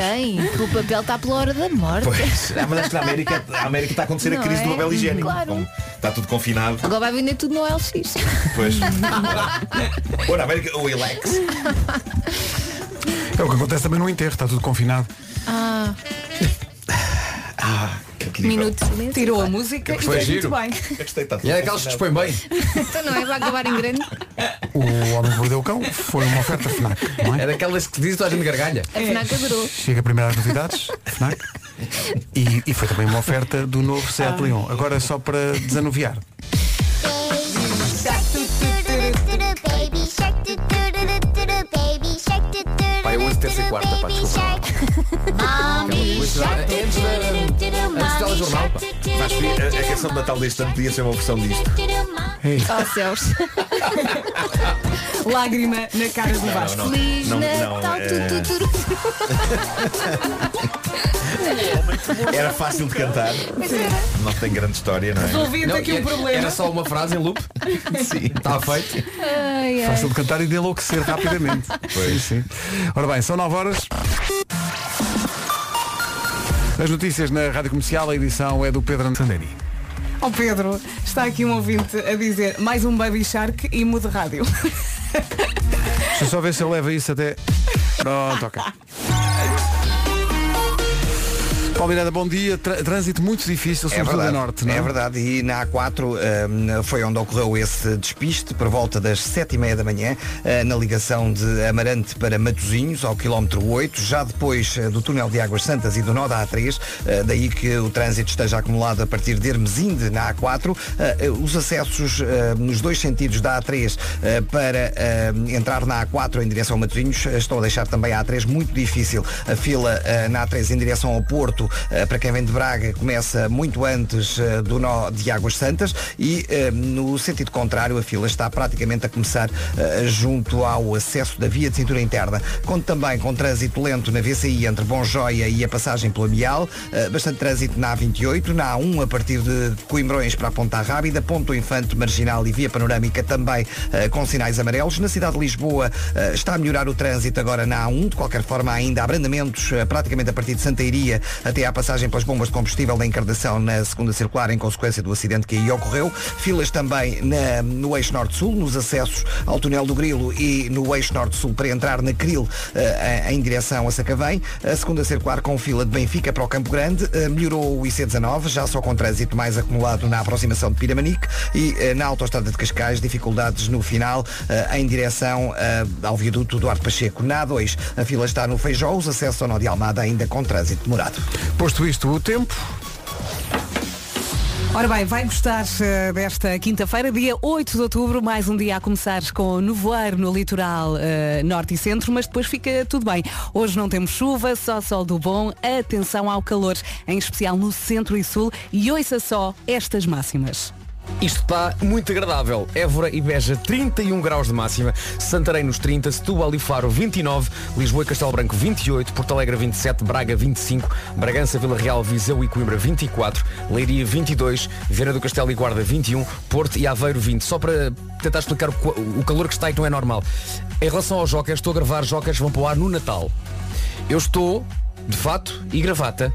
tem. O papel está pela hora da morte. Pois, ah, mas acho que na América, na América está a acontecer a Não crise é? do papel higiênico. Claro. Como Está tudo confinado. Agora vai vender tudo no LX. Pois. ou na América, ou Elex. É o que acontece também no enterro, está tudo confinado. Minuto de silêncio. Tirou a É música e Foi fez muito giro. bem. Eu gostei, está tudo E é daqueles que dispõem bem. Então não é? Vai acabar em grande. O homem que mordeu o cão foi uma oferta FNAC, não é? É daquelas que diz toda a gente gargalha. A FNAC adorou. Chega primeiro às novidades, FNAC. E, e foi também uma oferta do novo Seat Leon. Agora só para desanuviar. Pá, eu hoje terça e quarta, pá, desculpa. Antes do telejornal, pá. Mas vi, a, a canção de Natal deste ano podia ser uma versão disto. É. Oh céus. Lágrima na cara do Vasco. Não, Feliz não, Natal. não, tu, eh, tu, tu, tu. é, Era fácil de cantar. Não tem grande história, não é? Resolvido aqui Não, um era- problema. Era só uma frase em loop. Sim. Está feito. Ai, ai. Fácil de cantar e de enlouquecer rapidamente. Pois. Sim, sim. Ora bem, são 9 horas. As notícias na Rádio Comercial, a edição é do Pedro Sandeni. Ó Oh, Pedro, está aqui um ouvinte a dizer mais um Baby Shark e mude rádio. Deixa eu só ver se ele leva isso até. Pronto, ok. Paulo Miranda, bom dia. Tra- trânsito muito difícil, É sobretudo a verdade, norte, não é verdade. E na A4 hum, foi onde ocorreu esse despiste, por volta das 7h30 da manhã, eh, na ligação de Amarante para Matozinhos, ao quilómetro 8, já depois eh, do túnel de Águas Santas e do nó da A3, eh, daí que o trânsito esteja acumulado a partir de Hermesinde na A4. Eh, eh, os acessos eh, nos dois sentidos da A3 eh, para eh, entrar na A4 em direção a Matozinhos eh, estão a deixar também a A3 muito difícil. A fila eh, na A3 em direção ao Porto, eh, para quem vem de Braga, começa muito antes eh, do nó de Águas Santas e eh, no sentido contrário a fila está praticamente a começar eh, junto ao acesso da via de cintura interna. Conto também com trânsito lento na VCI entre Bonjoia e a passagem pelo Amial, eh, bastante trânsito na A28, na A1 a partir de Coimbrões para a Ponta Rábida, Ponto Infante Marginal e Via Panorâmica também eh, com sinais amarelos. Na cidade de Lisboa eh, está a melhorar o trânsito agora na A1, de qualquer forma ainda há abrandamentos eh, praticamente a partir de Santa Iria até à passagem pelas bombas de combustível da encarnação na segunda circular em consequência do acidente que aí ocorreu. Filas também na- no eixo norte-sul, nos acessos ao túnel do Grilo e no eixo norte-sul para entrar na Cril eh, em direção a Sacavém. A segunda circular com fila de Benfica para o Campo Grande. Eh, melhorou o IC19, já só com trânsito mais acumulado na aproximação de Piramanique e eh, na autoestrada de Cascais, dificuldades no final eh, em direção eh, ao viaduto Duarte Pacheco. Na A2, a fila está no Feijó, os acessos ao Nó de Almada ainda com trânsito demorado. Posto isto, o tempo. Ora bem, vai gostar eh, desta quinta-feira, dia 8 de outubro, mais um dia a começar com nevoeiro no litoral eh, norte e centro, mas depois fica tudo bem. Hoje não temos chuva, só sol do bom, atenção ao calor, em especial no centro e sul, e ouça só estas máximas. Isto está muito agradável. Évora e Beja 31 graus de máxima, Santarém nos 30, Setúbal e Faro 29, Lisboa e Castelo Branco 28, Porto Alegre 27, Braga 25, Bragança, Vila Real, Viseu e Coimbra 24, Leiria 22, Viana do Castelo e Guarda 21, Porto e Aveiro 20. Só para tentar explicar o qua- o calor que está e que não é normal. Em relação aos jocas, estou a gravar jocas que vão para o ar no Natal. Eu estou, de fato, e gravata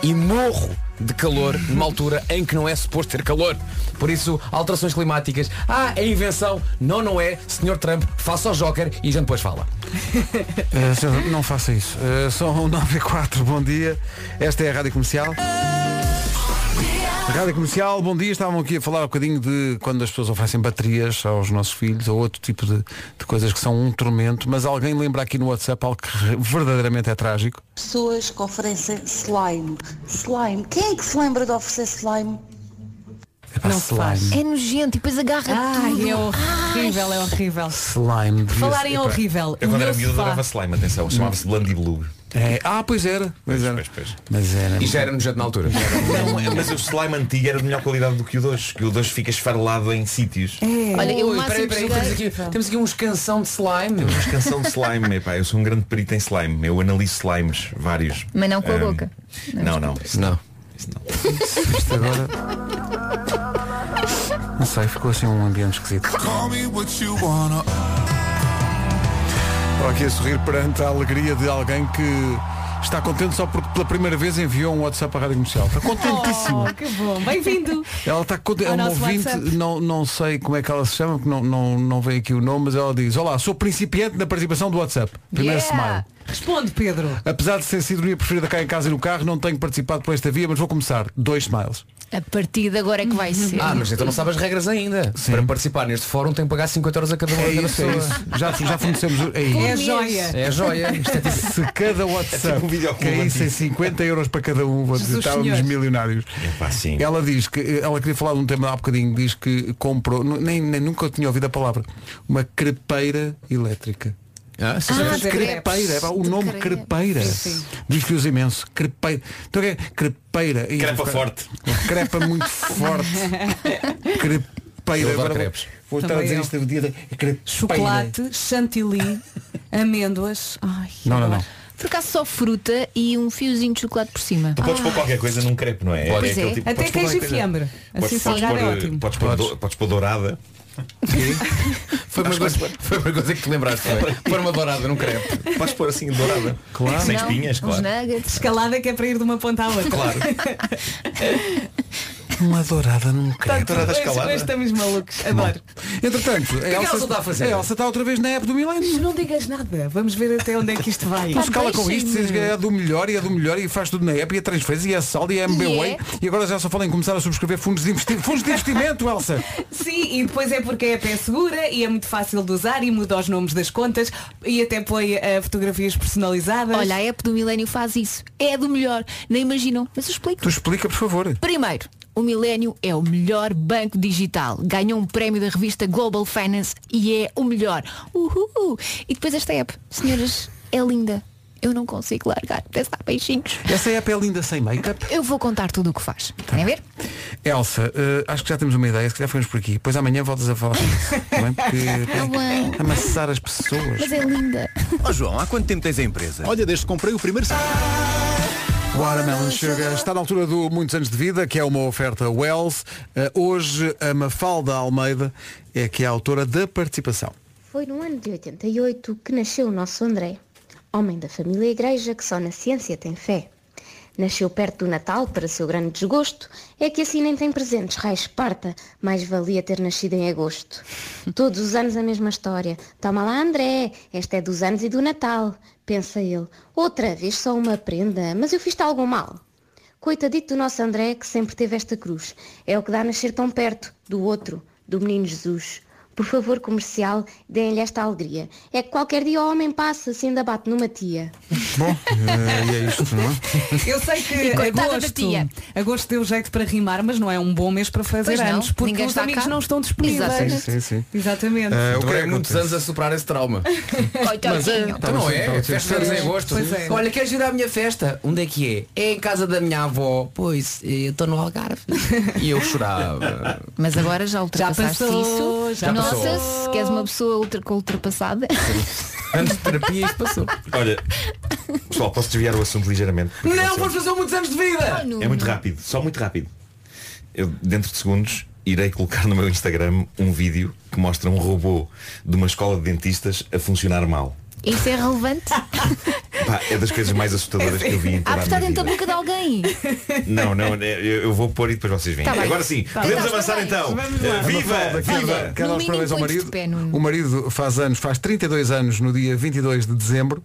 e morro de calor numa altura em que não é suposto ter calor. Por isso, alterações climáticas. Ah, é invenção. Não, não é. Senhor Trump, faça o Joker e a gente depois fala. Eh, senhor, não faça isso. Eh, são 9 e 4, bom dia. Esta é a Rádio Comercial. Rádio Comercial, bom dia. Estavam aqui a falar um bocadinho de quando as pessoas oferecem baterias aos nossos filhos ou outro tipo de, de coisas que são um tormento, mas alguém lembra aqui no WhatsApp algo que verdadeiramente é trágico. pessoas que oferecem slime. Slime. Quem é que se lembra de oferecer slime? Epá, Não se faz. slime. É nojento e depois agarra tudo. Ai, é horrível, é horrível. Slime. devia Falar ser- em horrível. Eu o quando meu era miúdo sofá- adorava slime, atenção, chamava-se Blandy Blue. É, ah, pois era. Pois era. pois, pois. Mas era. E já era nojento na altura. Não, é- mas o slime antigo era de melhor qualidade do que o de hoje, que o de hoje fica esfarelado em sítios. Olha, eu Ui, o máximo que temos, cheguei- aqui, temos aqui uns canção de slime. Mas canção de slime, epá, eu sou um grande perito em slime, eu analiso slimes, vários. Mas não com a Ahm, boca. Não, não. isso Não. isso não. Isto agora. Não sei, ficou assim um ambiente esquisito. Estou aqui a sorrir perante a alegria de alguém que está contente só porque pela primeira vez enviou um WhatsApp à Rádio Comercial. Está contentíssima. Oh, que bom. Bem-vindo. Ela está contente. É Ao uma nosso ouvinte, WhatsApp. não, não sei como é que ela se chama, porque não, não, não vem aqui o nome, mas ela diz, olá, sou principiante na participação do WhatsApp. Primeiro smile. Yeah. Responde, Pedro. Apesar de ser a sintonia preferida cá em casa e no carro, não tenho participado por esta via, mas vou começar. Dois smiles. A partir de agora é que vai ser. Ah, mas então não sabes as regras ainda. Para participar neste fórum tem que pagar 50 euros a cada uma É cada isso, é pessoa. isso. Já, já fornecemos. o- É É a isso. joia. É a joia. Isto é tipo- Se cada WhatsApp É tipo um videoclube caísse em antigo. 50 euros para cada um, vou dizer, Jesus estávamos Senhor. milionários. Epá, sim. Ela diz que ela queria falar de um tema há bocadinho, diz que comprou, nu- nem, nem nunca eu tinha ouvido a palavra, uma crepeira elétrica. Ah, sim, Ah, senhor. de Crepeira, crepes. epá, o De nome crepes. crepeira. Diz-lhe imenso. Crepeira. Então o que é? Crepeira. Ih, Crepa vou- forte. Crepa muito forte. Eu Crepeira. adoro Agora vou- crepes. Vou estar a Também dizer eu. isto o dia da crepeira. Chocolate, chantilly, amêndoas. Ai, Não, não, não. Por acaso só fruta e um fiozinho de chocolate por cima. Tu podes pôr qualquer coisa num crepe, não é? Pois aquele é. tipo- Até podes pôr queijo e qualquer coisa. fiambre. Assim Podes, podes, salgado é pôr, ótimo. podes, pôr, Podes. do- podes pôr dourada. Foi uma coisa, foi uma coisa que te lembraste. Foi, foi uma dourada num crepe. Podes pôr assim dourada. Claro. Sem Não, espinhas, Uns claro. nuggets. Escalada que é para ir de uma ponta à outra. Claro. Uma dourada num Tá crepe. tudo Adorada bem, É escalada. hoje Estamos malucos. Adoro. Entretanto, a que a Elsa Elsa está a fazer? a Elsa está outra vez na app do milénio. Não digas nada. Vamos ver até onde é que isto vai. Não se cala com isto, deixem-me. diz que é do melhor e é do melhor e faz tudo na app e é transferência e é saldo e é MBWay é? e agora já só falam em começar a subscrever fundos de investimento. Fundos de investimento, Elsa! Sim, e depois é porque a app é segura e é muito fácil de usar e muda os nomes das contas e até põe eh, fotografias personalizadas. Olha, a app do Milénio faz isso. É do melhor. Nem imaginam. Mas eu explico. Tu explica, por favor. Primeiro, o Milênio é o melhor banco digital. Ganhou um prémio da revista Global Finance e é o melhor. Uhul! E depois esta app, senhoras, é linda. Eu não consigo largar. Parece dar beijinhos. Essa app é linda sem make-up. Eu vou contar tudo o que faz. Querem ver? Elsa, eh, acho que já temos uma ideia, se calhar ficamos por aqui. Pois amanhã voltas a falar sobre isso. Está bem? Porque Tá bem. amassar as pessoas. Mas é linda. Ó João, há quanto tempo tens a empresa? Olha, desde que comprei o primeiro Watermelon Sugar está na altura do Muitos Anos de Vida, que é uma oferta Wells. Eh, hoje a Mafalda Almeida é que é a autora da participação. Foi no ano de 88 que nasceu o nosso André, homem da família igreja que só na ciência tem fé. Nasceu perto do Natal, para seu grande desgosto, é que assim nem tem presentes, raio esparta, mais valia ter nascido em agosto. Todos os anos a mesma história, toma lá André, esta é dos anos e do Natal, pensa ele, outra vez só uma prenda, mas eu fiz-te algum mal. Coitadito do nosso André, que sempre teve esta cruz. É o que dá a nascer tão perto, do outro, do menino Jesus. Por favor, comercial, deem-lhe esta alegria. É que qualquer dia o homem passa, se ainda bate numa tia. Bom, eh, e é isto, não é? Eu sei que E coitada da agosto, tia. agosto deu jeito para rimar, mas não é um bom mês para fazer Pois não, anos, porque ninguém os está amigos cá. não estão disponíveis. Sim, sim, sim. Exatamente. Eh, o que é Demorei que muitos anos acontece? a superar esse trauma. Coitadinho. Então não é? Estava sempre- Festa de anos em agosto. Pois é. Olha, queres ir à minha festa? Onde é que é? É em casa da minha avó. Pois, eu estou no Algarve. E eu chorava. Mas agora já ultrapassaste passou, isso. já Nota-se passou. se que és uma pessoa ultra, com ultrapassada. Antes de terapia isto passou. Olha, pessoal, posso desviar o assunto ligeiramente? Porque Não, sei- vou fazer muitos anos de vida! É muito rápido, só muito rápido. Eu, dentro de segundos, irei colocar no meu Instagram um vídeo que mostra um robô de uma escola de dentistas a funcionar mal. Isso é relevante. Pá, é das coisas mais assustadoras que eu vi em Ah, toda porque está a minha dentro da vida. boca de alguém. Não, não, é- eu, eu vou pôr e depois vocês veem. Tá bem. Agora sim, podemos Tá, tá avançar bem. então. Vamos Viva, viva! Quero No dar os mínimo parabéns ao põe-te de marido. pé, Nuno. O marido faz anos, faz 32 anos no dia 22 de dezembro.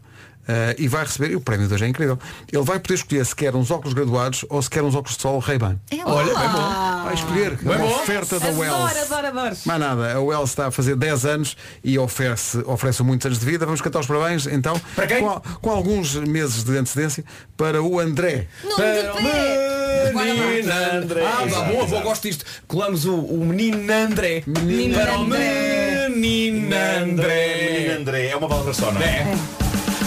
eh, e vai receber, e o prémio de hoje é incrível, ele vai poder escolher se quer uns óculos graduados ou se quer uns óculos de sol Ray-Ban. É Olha, lá. bem bom. Vai escolher uma oferta da Wells. Ah. Adoro, adoro, adoro. Mais nada, a Wells está a fazer 10 anos e oferece, oferece muitos anos de vida. Vamos cantar os parabéns, então, Para quem? Com, al- com alguns meses de antecedência, para o André. Nuno de pé. Menino André. Ah, tá bom, avô, gosto disto. Colamos o, o menino André. Menino para André. o menino André, André. André, é uma palavra só, não é?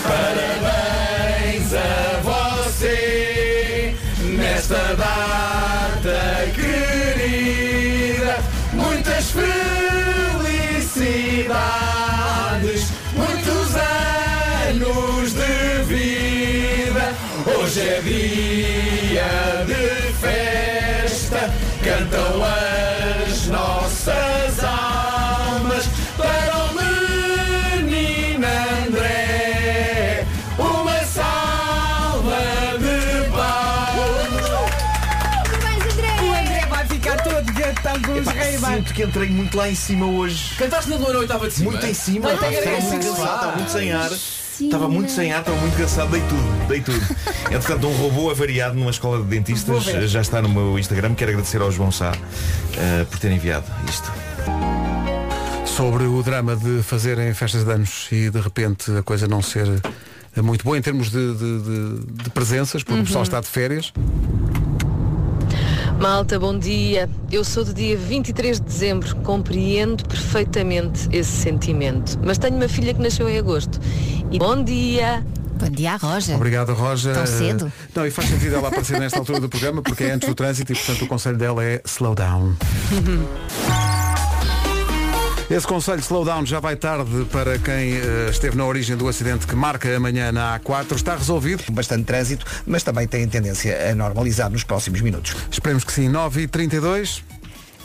Parabéns a você nesta data querida. Muitas felicidades, muitos anos de vida. Hoje é dia de festa, cantam as nossas almas para o menino André. Uma salva de palmas. Parabéns, O André. André vai ficar todo gatão com os Pá, Ray-Ban. Sinto que entrei muito lá em cima hoje. Cantaste na lua oitava de cima? Muito em cima. Ai, pá, que Estava muito engraçado. cansado, estava muito sem ar. Estava muito sem ar, estava muito cansado, dei tudo, dei tudo. Entretanto, um robô avariado numa escola de Vou dentistas ver. já está no meu Instagram. Quero agradecer ao João Sá eh, por ter enviado isto. Sobre o drama de fazerem festas de anos e de repente a coisa não ser eh, muito boa em termos de, de- de- de presenças, porque o pessoal Uhum. está de férias. Malta, bom dia. Eu sou do dia 23 de dezembro. Compreendo perfeitamente esse sentimento. Mas tenho uma filha que nasceu em agosto. E bom dia. Bom dia à Roja. Obrigado, Roja. Tão cedo? Não, e faz sentido ela aparecer nesta altura do programa porque é antes do trânsito e, portanto, o conselho dela é slow down. Esse conselho de slow down já vai tarde para quem eh, esteve na origem do acidente que marca amanhã na A4. Está resolvido? Bastante trânsito, mas também tem tendência a normalizar nos próximos minutos. Esperemos que sim. 9h32.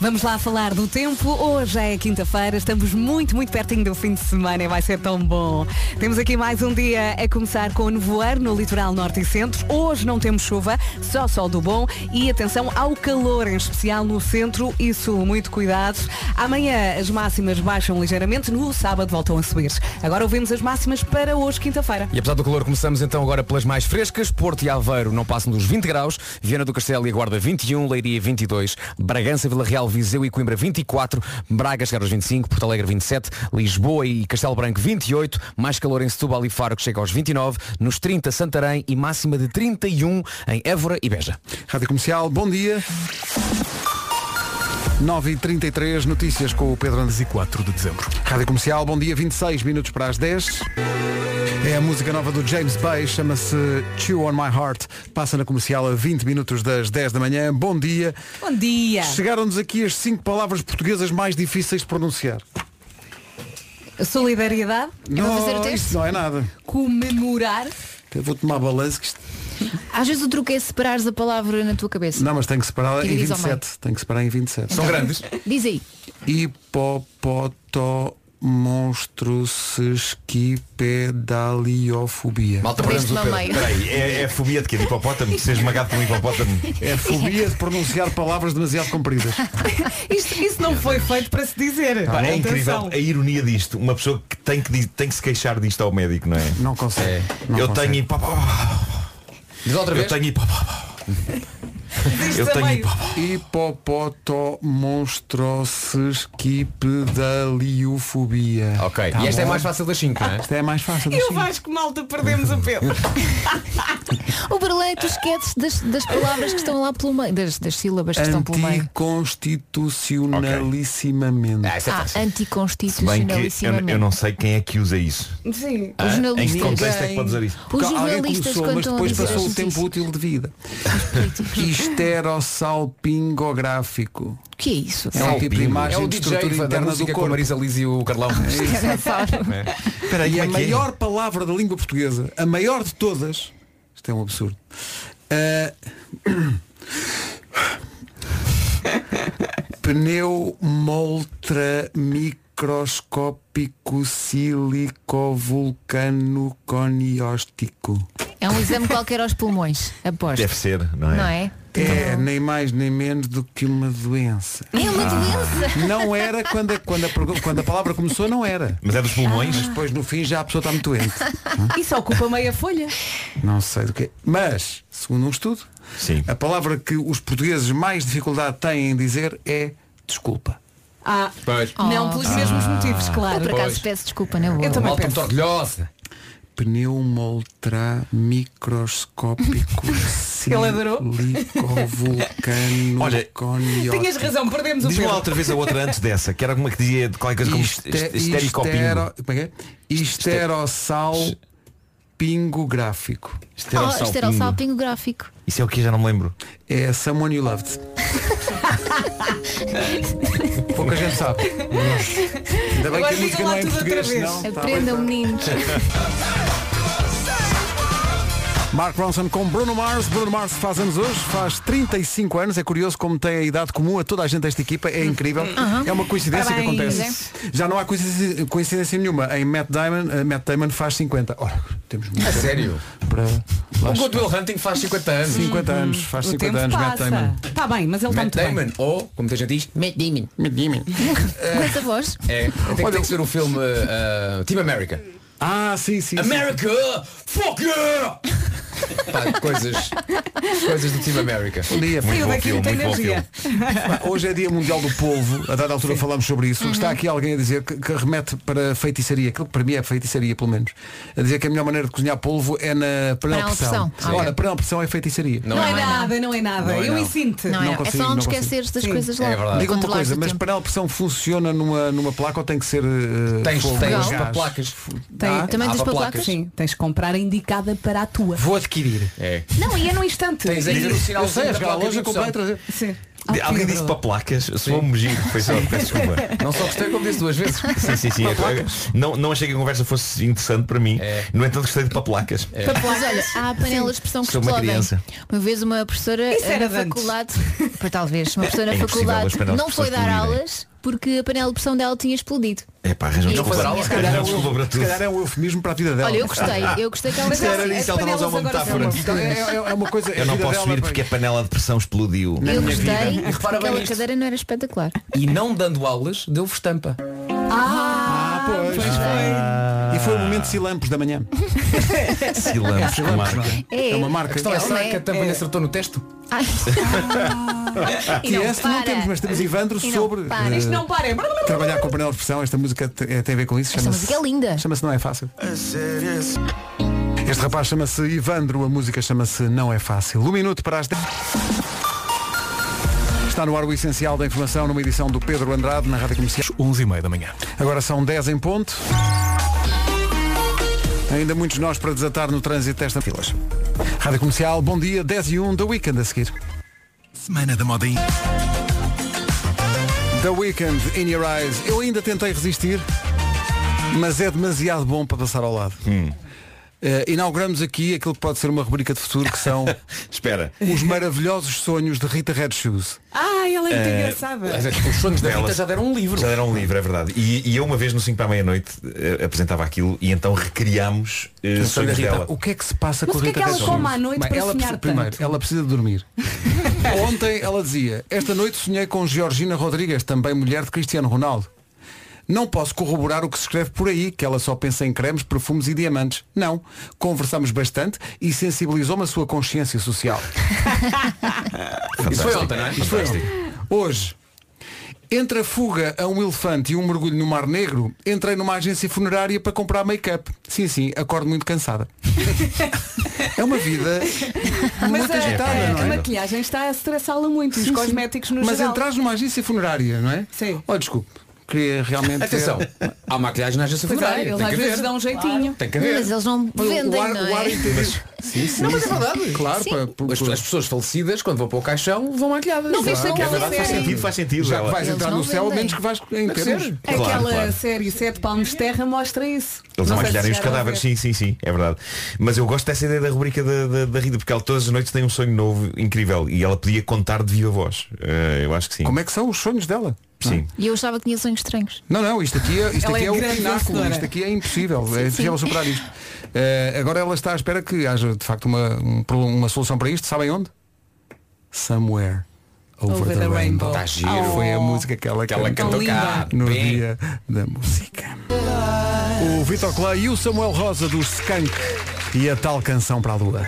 Vamos lá falar do tempo. Hoje é quinta-feira, estamos muito, muito pertinho do fim de semana e vai ser tão bom. Temos aqui mais um dia a começar com o nevoeiro no litoral norte e centro. Hoje não temos chuva, só sol do bom e atenção ao calor, em especial no centro e sul. Muito cuidado. Amanhã as máximas baixam ligeiramente, no sábado voltam a subir. Agora ouvimos as máximas para hoje, quinta-feira. E apesar do calor, começamos então agora pelas mais frescas. Porto e Aveiro não passam dos 20 graus. Viana do Castelo e Guarda 21, Leiria 22, Bragança, Vila Real, Viseu e Coimbra 24, Braga chegar aos 25, Porto Alegre 27, Lisboa e Castelo Branco 28, mais calor em Setúbal e Faro que chega aos 29, nos 30 Santarém e máxima de 31 em Évora e Beja. Rádio Comercial, bom dia. 9h33, notícias com o Pedro Andes. 4 de dezembro. Rádio Comercial, bom dia, 26 minutos para as 10. É a música nova do James Bay, chama-se Chew on My Heart. Passa na comercial a 20 minutos das 10 da manhã. Bom dia. Bom dia. Chegaram-nos aqui as cinco palavras portuguesas mais difíceis de pronunciar. Solidariedade, não, fazer o teste? isso não é nada. comemorar. Eu vou tomar balanço. que isto- Às vezes o truque é separares a palavra na tua cabeça. Não, mas tenho que separar em Diz ao meio. 27. Tenho que separar em 27. São grandes. Diz aí. Hipopoto monstro pedaliofobia. Malta, perdemos o Deste lá Pedro. meio. Peraí, é, é fobia de quê? De hipopótamo? De ser esmagado por um hipopótamo? É fobia de pronunciar palavras demasiado compridas. Isto, isso não foi feito para se dizer. Pá, é Atenção. incrível a ironia disto. Uma pessoa que tem que, di- tem que se queixar disto ao médico, não é? Não consegue. Não eu consegue. é. tenho hipopótamo. Diz outra Eu vez. tenho hipopótamo. Eu é tenho hipopoto monstrosesquipedaliofobia. Ok. e esta é mais fácil das 5, não é? Tá Esta é mais fácil das Eu 5. acho que malta perdemos o Pedro. O Berlém, tu esqueces das, das palavras que estão lá pelo meio, das, das sílabas que estão pelo meio. Anticonstitucionalissimamente. Ah, é Se bem que eu, anticonstitucionalissimamente. eu não sei quem é que usa isso. Sim. Ah, em que jornalistas. contexto é que pode usar isso? Os Porque alguém jornalistas começou, mas quando depois estão a dizer passou as o tempo notícias. útil de vida. Histerosalpingográfico. O que é isso? É um tipo de É imagem o de DJ estrutura da interna do música com a corpo. Marisa Liz e o Carlão. Espera aí, como é que a é? maior palavra da língua portuguesa, a maior de todas, isto é um absurdo. Ah, Pneumoltra microscópico silicovulcano conióstico. É um exame qualquer aos pulmões, aposto. Deve ser, não é? Não é? É Então. nem mais nem menos do que uma doença. É uma doença. Não era quando a, quando a, pergu- quando a palavra começou, não era. Mas é dos pulmões? Mas depois no fim já a pessoa está muito doente. Isso ocupa meia folha. Não sei do que. Mas, segundo um estudo, Sim. a palavra que os portugueses mais dificuldade têm em dizer é desculpa. Ah, Pois. não pelos mesmos motivos, Eu claro. por acaso Pois. peço desculpa, não Eu um também Malta peço. muito orgulhosa. Pneumoltra microscópico Ele adorou. silicovulcano Olha, coniótico. Tinhas razão, perdemos o Diz-me lá Pedro. outra vez a outra antes dessa, que era alguma que dizia de qualquer coisa como Iste- este- estericopingo. estero- como é que é? Esterossal pingo gráfico. Oh, isto era o salpinho gráfico. Isso é o que já não me lembro. É Someone You Loved. Pouca gente sabe. Ainda bem Agora que a música digam não lá é em tudo outra português, vez. senão estava- Aprendam, meninos. Mark Ronson com Bruno Mars. Bruno Mars faz anos hoje, faz 35 anos. É curioso como tem a idade comum a toda a gente desta equipa. É incrível. É uma coincidência que Parabéns. acontece. Já não há coincidência, coincidência nenhuma. Em Matt Damon, eh, Matt Damon faz 50. Ora, temos muito A tempo sério. para O lá Goodwill Hunting faz 50 anos. 50 anos, faz Uhum. O 50 tempo anos, Matt Damon. passa. Está bem, mas ele está Matt muito bem. Damon, ou, como muita gente diz, Matt Damon. Matt Damon. Com essa voz. É, tem, que- tem que ser o filme uh, Team America. Ah, sim, sim. sim. America! Fuck yeah! Pá, coisas, coisas do Team America. Bom dia. Muito Eu bom daqui filme, tenho muito bom energia. filme. Pá, Hoje é dia mundial do polvo, a dada altura falámos sobre isso. Uhum. Está aqui alguém a dizer que, que remete para feitiçaria, aquilo que para mim é feitiçaria pelo menos, a dizer que a melhor maneira de cozinhar polvo é na panela de Panela de pressão. pressão. Ora, panela de pressão é feitiçaria. Não, é nada, não é nada. Não é Eu não. ensino-te. Não, é, consigo, é só não não consigo. esqueres das Sim. coisas lá. É verdade. Diga-me uma Controlares coisa, o mas tempo. panela de pressão funciona numa, numa placa ou tem que ser. eh, Tens, fogo, tens gás? para placas. Tem- Ah, Também há tens para placas? Sim, tens que comprar a indicada para a tua. Vou adquirir. É. Não, e é no instante. Tens aí o Eu sei, sinalzinho da as placa galas de eu comprei a indução. trazer. Sim. De- Alguém disse para Pedro. placas, soou-me giro, foi só, peço desculpa. Não só gostei como disse duas vezes. Sim, sim, sim. Eu- eu- Não, não achei que a conversa fosse interessante para mim. É. No entanto, gostei de paplacas. Mas olha, há panelas de pressão que É. Sou uma explodem. criança. Uma vez uma professora Isso eh, na era de antes. faculdade, para talvez, uma professora É na impossível, as faculdade panelas de não foi pressão dar explodem. aulas porque a panela de pressão dela tinha explodido. É pá, arranjam Não desculpa. foi mal, se calhar Arranjam é um- desculpa para Se tudo. calhar é um eufemismo para a vida dela. Olha, eu gostei, eu gostei que ela Mas Era é- nisso, é ela estava a usar uma panelas agora metáfora. são- Então, é, é- é uma coisa. Eu a não vida posso dela, vir bem. é- porque a panela de pressão explodiu. Eu minha vida. gostei, E repara bem aquela nisto. cadeira não era espetacular. E não dando aulas, deu-vos tampa. Ah, pois. Ah, E foi o momento de Silampos da manhã. Silamos com marca. É, É uma A marca. questão é, Ela será é- que a tampa lhe acertou no texto? Ai. e não TS não, para. temos, mas temos Ivandro E não sobre para. eh, Isto não para. é- trabalhar com a panela de pressão. Esta música te- eh, tem a ver com isso. Esta música é linda. Chama-se Não É Fácil. Este rapaz chama-se Ivandro, a música chama-se Não É Fácil. Um minuto para as 10. Está no ar o essencial da informação numa edição do Pedro Andrade na Rádio Comercial. 11 e meia da manhã. Agora são 10 em ponto. Ainda muitos nós para desatar no trânsito desta filas. Rádio Comercial, bom dia, 10 e 1 da Weekend a seguir. Semana da Moda The Weekend in Your Eyes. Eu ainda tentei resistir, mas é demasiado bom para passar ao lado. Hum. Eh, inauguramos aqui aquilo que pode ser uma rubrica de futuro que são Espera. os maravilhosos sonhos de Rita Red Shoes. Ah, ela é muito engraçada. Os sonhos da Rita Elas- já deram um livro. Já era um livro, é verdade. E, e eu uma vez no 5 para a meia-noite eh, apresentava aquilo e então recriámos eh, O sonho sonhos da Rita. dela. O que é que se passa Mas com a o que é Rita que ela Red come Shoes? à noite Bem, para ela sonhar precisa- Primeiro, tanto? ela precisa de dormir. Ontem ela dizia, esta noite sonhei com Georgina Rodrigues, também mulher de Cristiano Ronaldo. Não posso corroborar o que se escreve por aí, que ela só pensa em cremes, perfumes e diamantes. Não. Conversamos bastante e sensibilizou-me a sua consciência social. Isso foi ontem, não é? Isto foi ontem. Hoje, entre a fuga a um elefante e um mergulho no Mar Negro, entrei numa agência funerária para comprar make-up. Sim, sim, acordo muito cansada. é uma vida Mas muito a, agitada, a- não a é? maquilhagem está a estressá-la muito, os Sim, sim. cosméticos no Mas geral. entras numa agência funerária, não é? Sim. Oh, desculpe. Queria realmente. Atenção, há maquilhagem na agência Pois é, funerária. eles Tem às que vezes haver. dão um jeitinho. Tem que haver. Mas eles não O vendem, ar- não o ar é? inteiro. Sim, sim. Não, mas é verdade. Claro, Sim. para, para- é As, as pessoas falecidas, quando vão para o um caixão, vão maquilhadas. Não viste Claro. aquela É um verdade, faz série? sentido, faz sentido. já que Ela- vais Eles entrar não no céu, vendem. menos que vais em que termos. ser. Claro, Aquela claro. série Sete Palmos de Terra mostra isso. Eles Não vão sei se maquilharem os chegaram a cadáveres, ver. sim, sim, sim, é verdade. Mas eu gosto dessa ideia da rubrica da, da, da Rita, porque ela todas as noites tem um sonho novo incrível e ela podia contar de viva voz. Eh, eu acho que sim. Como é que são os sonhos dela? Sim. E eu achava que tinha sonhos estranhos. Não, não, isto aqui é, isto Ela aqui é é o grande pináculo, vencedora. isto aqui é impossível, é impossível superar isto. Eh, agora ela está à espera que haja de facto uma, um pro- uma solução para isto, sabem onde? Somewhere. Over, the, rainbow. Tá giro. Oh, Foi a música que ela, Que tá ela cantou cá. no Bem. dia da música. O Vitor Clay e o Samuel Rosa do Skank e a tal canção para a lua.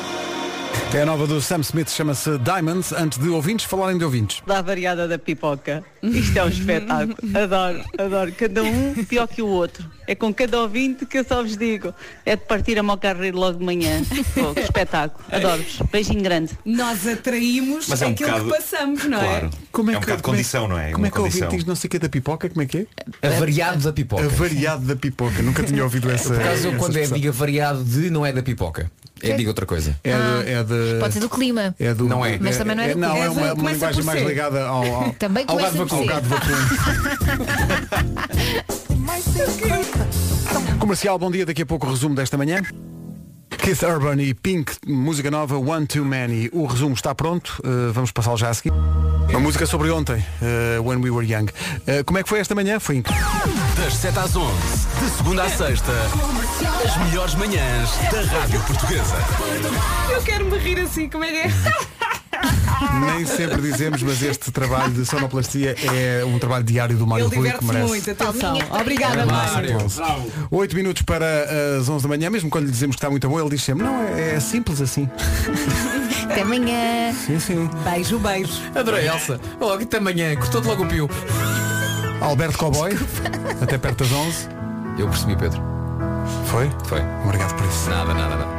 É a nova do Sam Smith, chama-se Diamonds, antes de ouvintes falarem de ouvintes. da variada da pipoca. Isto é um espetáculo. Adoro, adoro. Cada um pior que o outro. É com cada ouvinte que eu só vos digo. É de partir a mocarreira logo de manhã. Pô, que espetáculo. Adoro-vos. Beijinho grande. Nós atraímos Mas é um aquilo bocado- que passamos, não Claro. é? Como É um bocado de condição, não é? Como Uma é que o ouvinte condição. diz não sei o que da pipoca? Como é que é? Avariado da pipoca. Avariado da pipoca. Nunca tinha ouvido essa. Por acaso, eu essa quando é expressão. diga variado de, não é da pipoca. É diga outra coisa. É de- é de- Ah, Pode ser do clima. é do- Não é. Mas também não é do Não, clima. é É, uma, uma começa linguagem por mais ser. ligada ao, ao, Também ao começa gado por vacuno. ser. Ao gado vacuno. Comercial, bom dia. Daqui a pouco o resumo desta manhã. Keith Urban e Pink, música nova One Too Many. O resumo está pronto, uh, vamos passá-lo já a seguir. Uma música sobre ontem, uh, When We Were Young. Uh, como é que foi esta manhã? Foi incrível. Das 7 às 11, de segunda à sexta, as melhores manhãs da Rádio Portuguesa. Eu quero me rir assim, como é que é? Nem sempre dizemos, mas este trabalho de sonoplastia é um trabalho diário do Mário Ele Rui que diverte-se merece. muito, atenção. Palminha. Obrigada, Mário. 8 minutos para eh, as 11 da manhã, mesmo quando lhe dizemos que está muito bom, ele diz sempre, não, é, é simples assim. Até amanhã. Sim, sim. Beijo, beijo. Adorei, Elsa. Logo até amanhã. Cortou-te logo o pio. Alberto Cowboy, até perto das 11. Eu percebi, Pedro. Foi? Foi. Obrigado por isso. Nada, nada, nada.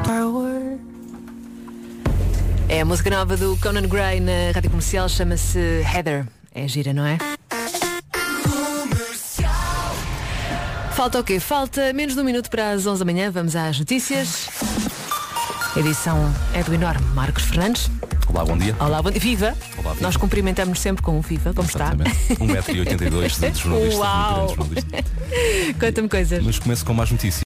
É a música nova do Conan Gray na rádio comercial, chama-se Heather. É gira, não é? Falta o quê? Falta menos de um minuto para as 11 da manhã. Vamos às notícias. A Edição é do enorme Marcos Fernandes. Olá, bom dia. Olá, bom dia. Viva! Olá, viva. Nós cumprimentamos sempre com um Viva. Como está? 1,82m de jornalista. Uau. um grande jornalista. Conta-me coisas. Mas começo com mais notícias.